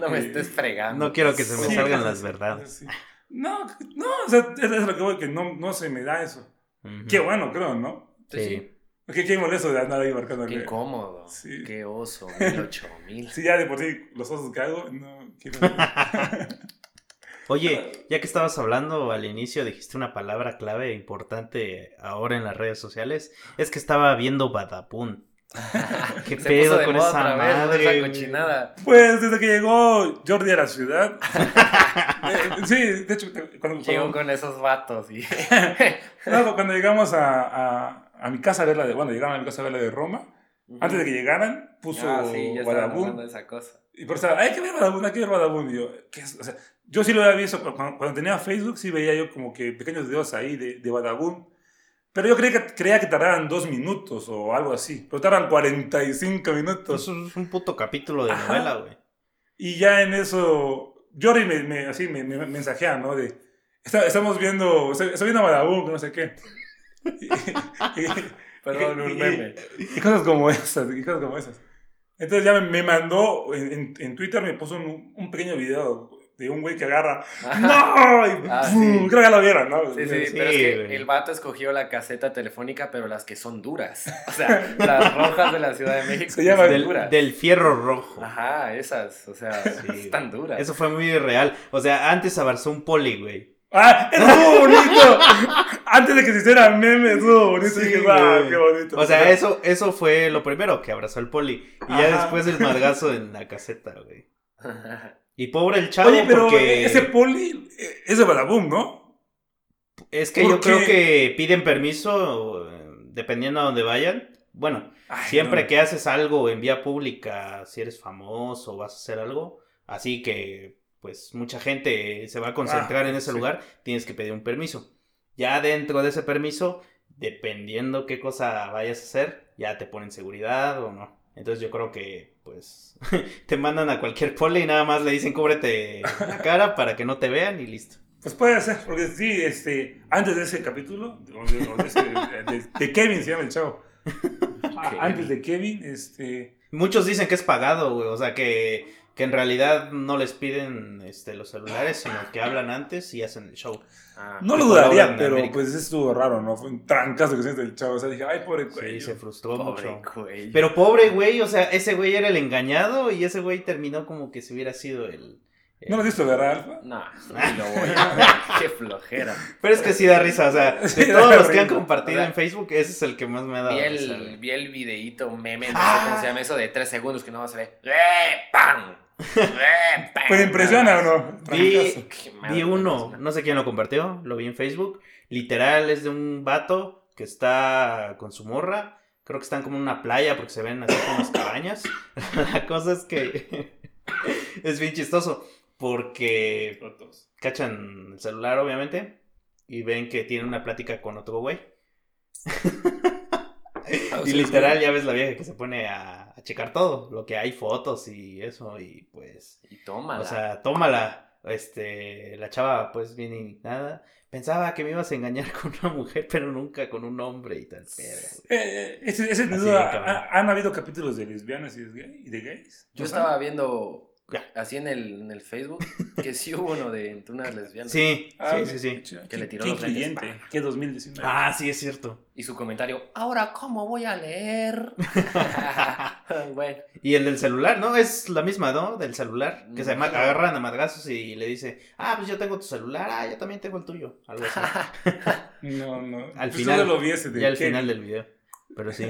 [SPEAKER 2] no me estés fregando.
[SPEAKER 1] No quiero que se me
[SPEAKER 3] Sí,
[SPEAKER 1] salgan
[SPEAKER 3] sí,
[SPEAKER 1] las
[SPEAKER 3] sí,
[SPEAKER 1] verdades.
[SPEAKER 3] sí. No, no, o sea, es, es lo que voy, que no, no se me da eso.
[SPEAKER 1] Ujú.
[SPEAKER 3] Qué bueno, creo, ¿no?
[SPEAKER 1] Sí.
[SPEAKER 3] Qué, qué molesto de andar ahí marcando
[SPEAKER 2] Qué incómodo.
[SPEAKER 3] Sí.
[SPEAKER 2] Qué oso. Mil ocho mil.
[SPEAKER 3] Sí, ya de por sí los osos que hago, no, qué molesto.
[SPEAKER 1] Oye, ya que estabas hablando al inicio, dijiste una palabra clave importante ahora en las redes sociales. Es que estaba viendo Badapun. ¿Qué
[SPEAKER 2] Se
[SPEAKER 1] pedo
[SPEAKER 2] puso de
[SPEAKER 1] con
[SPEAKER 2] moda
[SPEAKER 1] esa
[SPEAKER 2] otra vez, ¿no?
[SPEAKER 1] madre,
[SPEAKER 2] Esa
[SPEAKER 1] güey?
[SPEAKER 2] cochinada.
[SPEAKER 3] Pues desde que llegó Jordi a la ciudad. eh, sí, de hecho, cuando,
[SPEAKER 2] Llegó
[SPEAKER 3] cuando,
[SPEAKER 2] con esos vatos y...
[SPEAKER 3] no, cuando llegamos a, a- a mi casa a ver la de. Bueno, llegaron a mi casa a ver la de Roma. Antes de que llegaran, puso
[SPEAKER 2] Ah, sí, ya estaban
[SPEAKER 3] Badabun.
[SPEAKER 2] hablando de esa cosa.
[SPEAKER 3] Y por eso, hay que ver Badabun, hay que ver Badabun. Y yo, ¿qué es? O sea, yo sí lo había visto, cu- cuando, cuando tenía Facebook sí veía yo como que pequeños videos ahí de, de Badabun. Pero yo creía que, creía que tardaran dos minutos o algo así. Pero tardan 45 minutos.
[SPEAKER 1] Eso es un puto capítulo de
[SPEAKER 3] Ajá.
[SPEAKER 1] novela, güey.
[SPEAKER 3] Y ya en eso, Jordi me, me- así me, me mensajea, ¿no? De, "Está- estamos viendo, estoy estoy viendo a Badabun, que no sé qué. Y- y-
[SPEAKER 2] Perdón, un meme.
[SPEAKER 3] y cosas como esas, y cosas como esas. Entonces ya me, me mandó, en, en- en Twitter me puso un, un pequeño video de un güey que agarra. ¡No! Y,
[SPEAKER 2] Ah,
[SPEAKER 3] ¡fum!
[SPEAKER 2] sí.
[SPEAKER 3] Creo que ya lo vieron, ¿no?
[SPEAKER 2] Sí, sí,
[SPEAKER 1] Sí,
[SPEAKER 2] pero es que
[SPEAKER 1] güey.
[SPEAKER 2] el vato escogió la caseta telefónica, pero las que son duras. O sea, las rojas de la Ciudad de México
[SPEAKER 3] Se llama
[SPEAKER 2] son
[SPEAKER 1] Del,
[SPEAKER 2] duras.
[SPEAKER 1] del fierro rojo.
[SPEAKER 2] Ah, Ajá, esas, o sea, están duras.
[SPEAKER 1] Eso fue muy real. O sea, antes abrazó un poli, güey.
[SPEAKER 3] ¡Ah! ¡Eso estuvo bonito! Antes de que se hiciera meme, estuvo bonito.
[SPEAKER 1] Sí,
[SPEAKER 3] y dije, ¡guau!
[SPEAKER 1] güey.
[SPEAKER 3] ¡Qué bonito!
[SPEAKER 1] O sea, eso, eso fue lo primero que abrazó el poli. Y ya
[SPEAKER 3] Ajá.
[SPEAKER 1] después el madgazo en la caseta, güey. Y pobre el chavo,
[SPEAKER 3] Oye, pero
[SPEAKER 1] porque
[SPEAKER 3] ese poli eh, es de Badaboom, ¿no?
[SPEAKER 1] es que
[SPEAKER 3] ¿por
[SPEAKER 1] yo creo
[SPEAKER 3] qué?
[SPEAKER 1] que piden permiso eh, dependiendo a donde vayan. Bueno,
[SPEAKER 3] Ay,
[SPEAKER 1] siempre
[SPEAKER 3] no.
[SPEAKER 1] que haces algo en vía pública, si eres famoso, vas a hacer algo, así que pues mucha gente se va a concentrar en ese
[SPEAKER 3] Ah, sí.
[SPEAKER 1] lugar, tienes que pedir un permiso. Ya dentro de ese permiso, dependiendo qué cosa vayas a hacer, ya te ponen seguridad o no. Entonces yo creo que pues te mandan a cualquier pole y nada más le dicen cúbrete la cara para que no te vean y listo.
[SPEAKER 3] Pues puede ser, porque sí, este, antes de ese capítulo, o de, o de ese- de- de Kevin se llama el chavo. Ah, Antes de Kevin, este.
[SPEAKER 1] Muchos dicen que es pagado, güey. O sea, que, que en realidad no les piden este, los celulares, sino que hablan antes y hacen el show.
[SPEAKER 2] Ah,
[SPEAKER 3] No lo
[SPEAKER 1] Mejor ahora
[SPEAKER 3] dudaría,
[SPEAKER 1] en
[SPEAKER 3] pero
[SPEAKER 1] América.
[SPEAKER 3] pues estuvo raro, ¿no? Fue un trancazo que siente el chavo. O sea, dije, ay, pobre
[SPEAKER 1] Sí,
[SPEAKER 3] cuello.
[SPEAKER 1] se frustró
[SPEAKER 2] pobre
[SPEAKER 1] mucho.
[SPEAKER 2] cuello.
[SPEAKER 1] Pero pobre güey, o sea, ese güey era el engañado y ese güey terminó como que si hubiera sido el... el-
[SPEAKER 3] ¿No lo has visto, verdad, Alfa?
[SPEAKER 2] No, ni lo voy a ver. Qué flojera.
[SPEAKER 1] Pero es que sí da risa, o sea, de
[SPEAKER 3] Sí,
[SPEAKER 1] todos
[SPEAKER 3] da
[SPEAKER 1] los que han
[SPEAKER 3] risa.
[SPEAKER 1] compartido
[SPEAKER 2] O sea,
[SPEAKER 1] en Facebook, ese es el que más me ha dado
[SPEAKER 2] Vi
[SPEAKER 1] risa,
[SPEAKER 2] el,
[SPEAKER 1] güey.
[SPEAKER 2] vi el videíto meme, no
[SPEAKER 3] Ah.
[SPEAKER 2] sé cómo se llama eso, de tres segundos que no va a salir. ¡Eh, pam! ¡Eh, pam!
[SPEAKER 1] Ah,
[SPEAKER 3] Pues impresiona o no.
[SPEAKER 1] Vi-
[SPEAKER 3] Trancazo. Eh,
[SPEAKER 2] Qué
[SPEAKER 1] Vi
[SPEAKER 2] madre,
[SPEAKER 1] uno,
[SPEAKER 2] no.
[SPEAKER 1] no sé quién lo compartió, lo vi en Facebook. Literal es de un vato que está con su morra. Creo que están como en una playa porque se ven así como unas cabañas. La cosa es que es bien chistoso porque
[SPEAKER 3] Fotos.
[SPEAKER 1] cachan el celular obviamente y ven que tiene una plática con otro güey. Y literal ya ves la vieja que se pone a, a checar todo, lo que hay fotos y eso y pues
[SPEAKER 2] Y tómala.
[SPEAKER 1] o sea, tómala. Este, la chava, pues, bien indignada. Pensaba que me ibas a engañar con una mujer, pero nunca con un hombre y tal. Pero,
[SPEAKER 3] Eh, eh, ese, ese, sin
[SPEAKER 1] Así,
[SPEAKER 3] duda,
[SPEAKER 1] cabrón.
[SPEAKER 3] ha- han habido capítulos de lesbianas y de gay- y de gays.
[SPEAKER 2] Yo
[SPEAKER 3] ¿No
[SPEAKER 2] estaba viendo
[SPEAKER 1] Ya.
[SPEAKER 2] así en el, en el Facebook que sí hubo uno de entre unas lesbianas.
[SPEAKER 1] sí,
[SPEAKER 3] Ah,
[SPEAKER 1] sí, sí,
[SPEAKER 3] qué
[SPEAKER 1] sí.
[SPEAKER 3] chido.
[SPEAKER 2] Que le tiró
[SPEAKER 3] Qué
[SPEAKER 2] los lentes.
[SPEAKER 3] incluyente. Qué 2019.
[SPEAKER 1] Ah, sí, es cierto.
[SPEAKER 2] Y su comentario, ahora cómo voy a leer. bueno,
[SPEAKER 1] Y el del celular, ¿no? Es la misma, ¿no? Del celular. Que se
[SPEAKER 2] Mm.
[SPEAKER 1] ma- agarran a madrazos y le dice, ah, pues yo tengo tu celular, ah, yo también tengo el tuyo. Algo así.
[SPEAKER 3] No, no.
[SPEAKER 1] Al
[SPEAKER 3] Pues
[SPEAKER 1] final-
[SPEAKER 3] solo lo vi ese de
[SPEAKER 1] Ya al
[SPEAKER 3] Kevin.
[SPEAKER 1] final del video. Pero sí.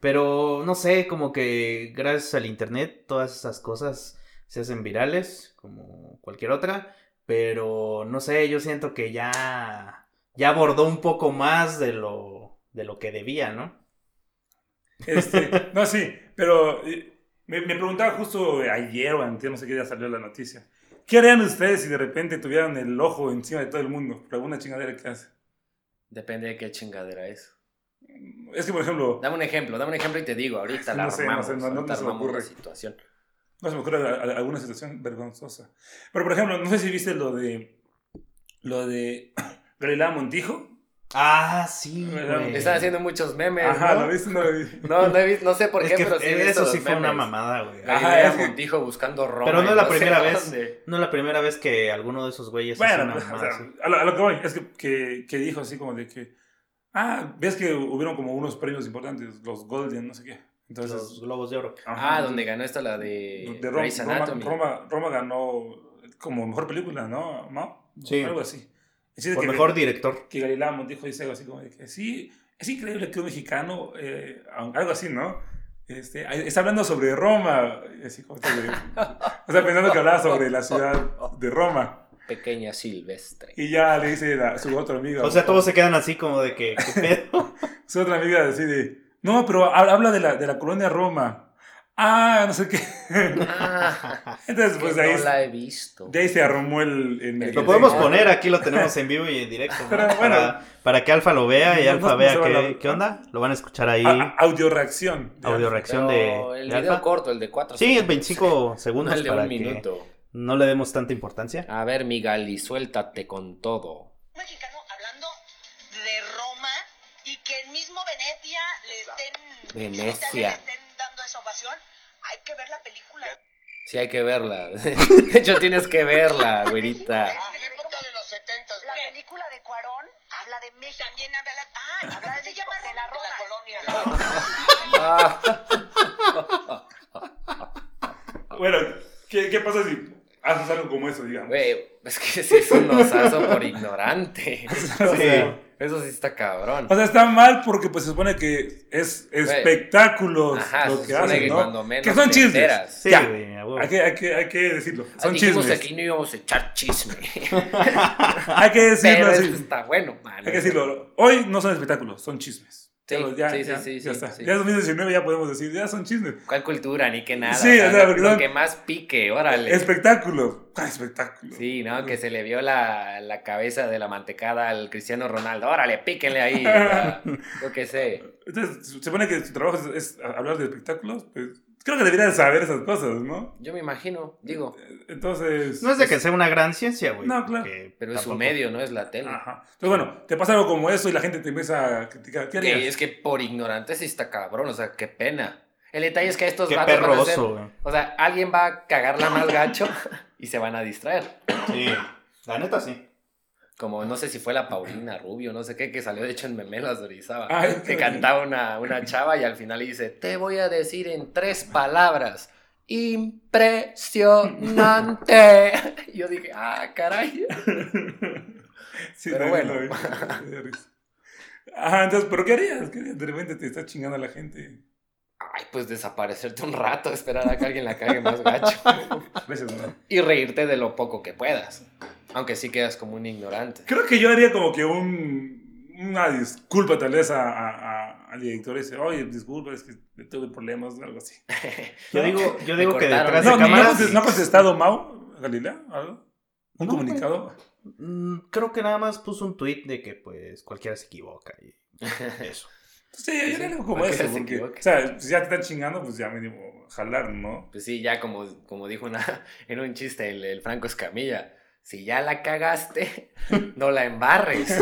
[SPEAKER 1] Pero no sé, como que gracias al internet todas esas cosas se hacen virales, como cualquier otra. Pero no sé, yo siento que ya, ya abordó un poco más de lo, de lo que debía, ¿no?
[SPEAKER 3] Este, no, sí, pero eh, me, me preguntaba justo ayer o antes, no sé qué día salió la noticia, ¿Qué harían ustedes si de repente tuvieran el ojo encima de todo el mundo por alguna chingadera que hace?
[SPEAKER 2] Depende de qué chingadera es.
[SPEAKER 3] Es que, por ejemplo,
[SPEAKER 2] Dame un ejemplo, dame un ejemplo y te digo, ahorita la
[SPEAKER 3] No sé, no
[SPEAKER 2] armamos,
[SPEAKER 3] sé, no- no
[SPEAKER 2] ahorita
[SPEAKER 3] se me
[SPEAKER 2] armamos la
[SPEAKER 3] ocurre.
[SPEAKER 2] situación.
[SPEAKER 3] no se me ocurre a- a- alguna situación vergonzosa. Pero, por ejemplo, no sé si viste lo de. Lo de. Galilea Montijo.
[SPEAKER 1] Ah, sí,
[SPEAKER 3] Bueno,
[SPEAKER 1] güey.
[SPEAKER 2] Están haciendo muchos memes,
[SPEAKER 3] Eh, Ajá,
[SPEAKER 2] ¿no?
[SPEAKER 3] ¿lo viste? No lo vi.
[SPEAKER 2] No, no, he visto- no sé por
[SPEAKER 1] Es
[SPEAKER 2] qué,
[SPEAKER 1] que
[SPEAKER 2] pero sí he visto
[SPEAKER 1] eso sí
[SPEAKER 2] los
[SPEAKER 1] fue una
[SPEAKER 2] memes.
[SPEAKER 1] mamada, güey.
[SPEAKER 3] Ah.
[SPEAKER 2] Galilea
[SPEAKER 3] es que-
[SPEAKER 2] Montijo buscando Roma.
[SPEAKER 1] Pero no
[SPEAKER 2] y
[SPEAKER 1] es la
[SPEAKER 2] sé
[SPEAKER 1] primera vez.
[SPEAKER 2] dónde.
[SPEAKER 1] No la primera vez que alguno de esos güeyes hace
[SPEAKER 3] Bueno,
[SPEAKER 1] una
[SPEAKER 3] pues, o
[SPEAKER 1] mamada
[SPEAKER 3] sea,
[SPEAKER 1] así.
[SPEAKER 3] a, lo, a lo que voy es que, que, que dijo así como de que, ah, ves que hubieron como unos premios importantes, los Golden, no sé qué. Entonces,
[SPEAKER 1] Los globos de oro.
[SPEAKER 3] ajá,
[SPEAKER 2] Ah, donde ganó esta la de,
[SPEAKER 3] de Ro-
[SPEAKER 2] Grey's
[SPEAKER 3] Roma,
[SPEAKER 2] Anatomy.
[SPEAKER 3] Roma, Roma ganó como mejor película, ¿no? Mao?
[SPEAKER 1] Sí.
[SPEAKER 3] Algo así. Es decir,
[SPEAKER 1] Por
[SPEAKER 3] que,
[SPEAKER 1] mejor director.
[SPEAKER 3] que Galilea Montijo dice algo así como de que, sí, es increíble que un mexicano, eh, algo así, ¿no? Este, está hablando sobre Roma, así como que de- o sea, pensando que hablaba sobre la ciudad de Roma.
[SPEAKER 2] Pequeña Silvestre.
[SPEAKER 3] Y ya le dice la- su otra amiga.
[SPEAKER 1] O sea, todos se quedan así como de que, ¿qué pedo?
[SPEAKER 3] Su otra amiga decide. No, pero ha- habla de la, de la colonia Roma. Ah, no sé qué.
[SPEAKER 2] Ah,
[SPEAKER 3] Entonces, pues
[SPEAKER 2] pues
[SPEAKER 3] de ahí,
[SPEAKER 2] no la he visto.
[SPEAKER 3] de ahí se arrumó el. en el-
[SPEAKER 1] Lo podemos
[SPEAKER 2] Ah.
[SPEAKER 1] poner, aquí lo tenemos en vivo y en directo. ¿no?
[SPEAKER 3] Pero bueno.
[SPEAKER 1] para, para que Alfa lo vea y
[SPEAKER 3] No,
[SPEAKER 1] Alfa
[SPEAKER 3] no se
[SPEAKER 1] vea
[SPEAKER 3] va Ah,
[SPEAKER 1] qué,
[SPEAKER 3] la-
[SPEAKER 1] qué onda. Lo van a escuchar ahí,
[SPEAKER 3] a- a- audio reacción.
[SPEAKER 1] audio reacción de,
[SPEAKER 2] Pero El
[SPEAKER 1] de
[SPEAKER 2] video
[SPEAKER 1] Alfa.
[SPEAKER 2] corto, el de 4
[SPEAKER 1] Sí, es 25 segundos
[SPEAKER 2] el de
[SPEAKER 1] para
[SPEAKER 2] un
[SPEAKER 1] que
[SPEAKER 2] minuto.
[SPEAKER 1] no le demos tanta importancia.
[SPEAKER 2] A ver, Migali, suéltate con todo.
[SPEAKER 4] mexicano hablando de Roma y que el mismo Venecia le estén,
[SPEAKER 2] Venecia.
[SPEAKER 4] Italia le estén dando esa ovación. Hay que ver la película.
[SPEAKER 2] Sí, hay que verla. De hecho, tienes que verla, güerita.
[SPEAKER 4] La película de los 70. La película de Cuarón habla de México. También habla, ah, habla de, de la Roma.
[SPEAKER 2] Ah,
[SPEAKER 3] Bueno, ¿qué, qué pasa si haces algo como eso, digamos?
[SPEAKER 2] güey, es que sí es un osazo por ignorante.
[SPEAKER 3] Ah, O sea,
[SPEAKER 1] Sí.
[SPEAKER 2] Eso sí está cabrón.
[SPEAKER 3] O sea, está mal porque pues se supone que es espectáculos
[SPEAKER 2] Ajá,
[SPEAKER 3] lo
[SPEAKER 2] se
[SPEAKER 3] que
[SPEAKER 2] supone
[SPEAKER 3] hacen,
[SPEAKER 2] que
[SPEAKER 3] ¿no?
[SPEAKER 2] cuando menos
[SPEAKER 3] que son
[SPEAKER 2] te
[SPEAKER 3] chismes.
[SPEAKER 2] enteras.
[SPEAKER 1] Sí,
[SPEAKER 3] Ya.
[SPEAKER 1] güey, a huevo.
[SPEAKER 3] Hay que, hay, que, hay que decirlo. Son
[SPEAKER 2] Dijimos
[SPEAKER 3] chismes.
[SPEAKER 2] que aquí no íbamos a echar chisme.
[SPEAKER 3] Hay que decirlo
[SPEAKER 2] Pero
[SPEAKER 3] así.
[SPEAKER 2] esto está bueno, man.
[SPEAKER 3] Hay que decirlo. Hoy no son espectáculos, son chismes.
[SPEAKER 2] Sí,
[SPEAKER 3] Pero
[SPEAKER 2] sí, sí,
[SPEAKER 3] ya,
[SPEAKER 2] sí,
[SPEAKER 3] ya
[SPEAKER 2] sí,
[SPEAKER 3] está.
[SPEAKER 2] sí.
[SPEAKER 3] Ya 2019 ya podemos decir, ya son chismes.
[SPEAKER 2] ¿Cuál cultura? Ni que nada.
[SPEAKER 3] Sí,
[SPEAKER 2] o sea,
[SPEAKER 3] o sea,
[SPEAKER 2] lo,
[SPEAKER 3] porque
[SPEAKER 2] lo
[SPEAKER 3] son-
[SPEAKER 2] que más pique, órale.
[SPEAKER 3] Espectáculo. Ah, espectáculo.
[SPEAKER 2] Sí, ¿no? Que se le vio la, la cabeza de la mantecada al Cristiano Ronaldo. Órale, píquenle ahí. o sea, yo qué sé.
[SPEAKER 3] Entonces, se supone que tu trabajo es, es hablar de espectáculos. Pues, creo que deberías saber esas cosas, ¿no?
[SPEAKER 2] Yo me imagino, digo.
[SPEAKER 3] Entonces.
[SPEAKER 1] No es de que sea una gran ciencia, güey.
[SPEAKER 3] No, claro.
[SPEAKER 1] porque
[SPEAKER 2] Pero es
[SPEAKER 1] tampoco- Ah.
[SPEAKER 2] un medio, no es la tele.
[SPEAKER 3] Ajá. Entonces, bueno, te pasa algo como eso y la gente te empieza a criticar. ¿Qué harías?
[SPEAKER 2] Que es que por ignorante sí está cabrón, o sea, qué pena. El detalle es que a estos
[SPEAKER 1] Qué
[SPEAKER 2] vatos van a hacer-
[SPEAKER 1] perroso, güey.
[SPEAKER 2] O sea, alguien va a cagarla más gacho y se van a distraer.
[SPEAKER 1] Sí, la neta sí.
[SPEAKER 2] Como no sé si fue la Paulina Rubio, no sé qué, que salió de hecho en Memelas de Orizaba.
[SPEAKER 3] Ay,
[SPEAKER 2] que
[SPEAKER 3] qué-
[SPEAKER 2] cantaba una, una chava y al final le dice, te voy a decir en tres palabras. Impresionante. Yo dije, ah, caray.
[SPEAKER 3] Sí,
[SPEAKER 2] Pero
[SPEAKER 3] no,
[SPEAKER 2] bueno.
[SPEAKER 3] no, no, no, no, no, no. Ajá, Ah, entonces, ¿pero qué harías? ¿Qué harías? De repente te está chingando a la gente.
[SPEAKER 2] Ay, pues desaparecerte un rato, esperar a que alguien la cague más gacho.
[SPEAKER 3] A veces no.
[SPEAKER 2] Y reírte de lo poco que puedas. Aunque sí quedas como un ignorante.
[SPEAKER 3] Creo que yo haría como que un, una disculpa tal vez a, a- a- al director ese, oye, disculpa, es que tuve problemas o algo así.
[SPEAKER 1] Yo digo, yo
[SPEAKER 2] Me
[SPEAKER 1] digo que
[SPEAKER 2] cortaron.
[SPEAKER 1] detrás
[SPEAKER 3] No,
[SPEAKER 1] de
[SPEAKER 3] no,
[SPEAKER 1] cámaras.
[SPEAKER 3] no pues. ha contestado Mau Galilea? ¿Algo? ¿Un
[SPEAKER 1] No,
[SPEAKER 3] comunicado?
[SPEAKER 1] Mm, Creo que nada más puso un tweet de que pues cualquiera se equivoca y eso.
[SPEAKER 3] Sí, yo haría algo como
[SPEAKER 2] Para que
[SPEAKER 3] eso,
[SPEAKER 2] se
[SPEAKER 3] porque,
[SPEAKER 2] equivoque.
[SPEAKER 3] o sea, si ya te están chingando, pues ya mínimo jalar, ¿no?
[SPEAKER 2] Pues sí, ya como, como dijo una, en un chiste el, el Franco Escamilla, si ya la cagaste, no la embarres.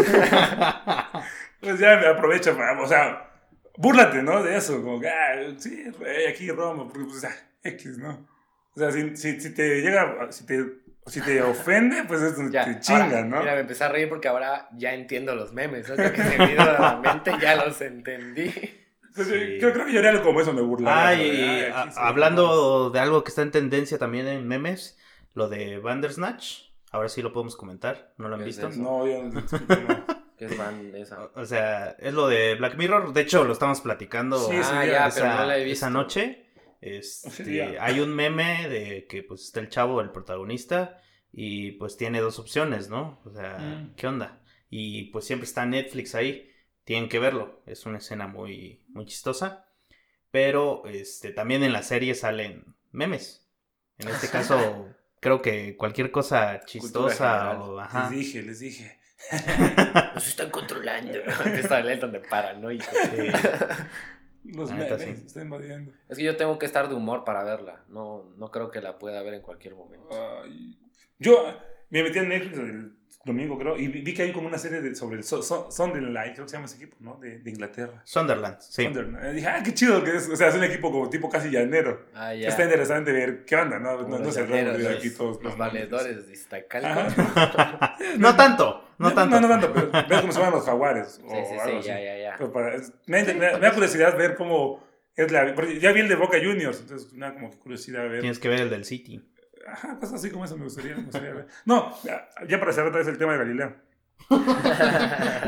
[SPEAKER 3] Pues ya me aprovecha para, o sea, búrlate, ¿no? De eso, como que, ah, sí, eh, aquí Roma, porque pues, ah, X, ¿no? O sea, si, si, si te llega, si te, si te ofende, pues es donde
[SPEAKER 2] Ya,
[SPEAKER 3] te chingan,
[SPEAKER 2] ahora,
[SPEAKER 3] ¿no?
[SPEAKER 2] Mira, me empecé a reír porque ahora ya entiendo los memes. ¿no? Creo que se me vino a la mente, ya los entendí.
[SPEAKER 3] Entonces,
[SPEAKER 1] Sí.
[SPEAKER 3] Yo creo que yo haría algo como eso, me burlaría.
[SPEAKER 1] Ah,
[SPEAKER 3] ¿no?
[SPEAKER 1] y
[SPEAKER 3] De, ah,
[SPEAKER 1] a-
[SPEAKER 3] aquí sí,
[SPEAKER 1] hablando de algo que está en tendencia también en memes, lo de Bandersnatch. Ahora sí lo podemos comentar, no lo han
[SPEAKER 2] ¿Qué es
[SPEAKER 1] visto.
[SPEAKER 2] eso?
[SPEAKER 3] No, yo no. no.
[SPEAKER 2] ¿Qué es van esa?
[SPEAKER 1] O- O sea, es lo de Black Mirror. De hecho, lo estamos platicando
[SPEAKER 3] Sí, sí,
[SPEAKER 2] ah,
[SPEAKER 3] ya,
[SPEAKER 2] ya,
[SPEAKER 1] esa,
[SPEAKER 2] pero no la he visto.
[SPEAKER 1] esa noche. este,
[SPEAKER 3] Sí, ya.
[SPEAKER 1] hay un meme de que pues está el chavo, el protagonista, y pues tiene dos opciones, ¿no? O sea,
[SPEAKER 3] Mm.
[SPEAKER 1] ¿qué onda? Y pues siempre está Netflix ahí, tienen que verlo, es una escena muy, muy chistosa. Pero este, también en la serie salen memes. En este caso, creo que cualquier cosa chistosa o ajá.
[SPEAKER 3] Les dije, les dije.
[SPEAKER 2] Nos Pues están controlando. Esta ley es donde paranoico.
[SPEAKER 1] Sí.
[SPEAKER 3] Los
[SPEAKER 1] La neta,
[SPEAKER 3] memes
[SPEAKER 1] sí.
[SPEAKER 3] están invadiendo.
[SPEAKER 2] Es que yo tengo que estar de humor para verla. No, no creo que la pueda ver en cualquier momento.
[SPEAKER 3] Ay. Yo me metí en Netflix el domingo, creo, y vi vi que hay como una serie de- sobre el So- So- Sunderland, creo que se llama ese equipo, ¿no? De, de Inglaterra.
[SPEAKER 1] Sunderland, sí.
[SPEAKER 3] Sunderland. Eh, Dije, ah, qué chido que es. O sea, es un equipo como tipo casi llanero.
[SPEAKER 2] Ah, ya.
[SPEAKER 3] Está interesante ver qué onda, ¿no?
[SPEAKER 2] Como
[SPEAKER 3] No, no
[SPEAKER 2] los
[SPEAKER 3] se
[SPEAKER 2] llaneros,
[SPEAKER 3] de
[SPEAKER 2] los-
[SPEAKER 3] aquí todos.
[SPEAKER 2] Los
[SPEAKER 3] no,
[SPEAKER 2] valedores de Iztacalco.
[SPEAKER 1] Ajá. no tanto, no tanto.
[SPEAKER 3] No, no tanto, pero ves cómo se van los jaguares. O
[SPEAKER 2] Sí, sí,
[SPEAKER 3] Oh, algo
[SPEAKER 2] sí,
[SPEAKER 3] así.
[SPEAKER 2] ya, ya, ya.
[SPEAKER 3] Pero para- es- me, me- me da curiosidad ver cómo es la. porque ya vi el de Boca Juniors, entonces me da como que curiosidad ver.
[SPEAKER 1] Tienes que ver el del City.
[SPEAKER 3] Ajá, cosas así como eso me gustaría, me gustaría ver. No, ya ya para cerrar otra vez el tema de Galileo.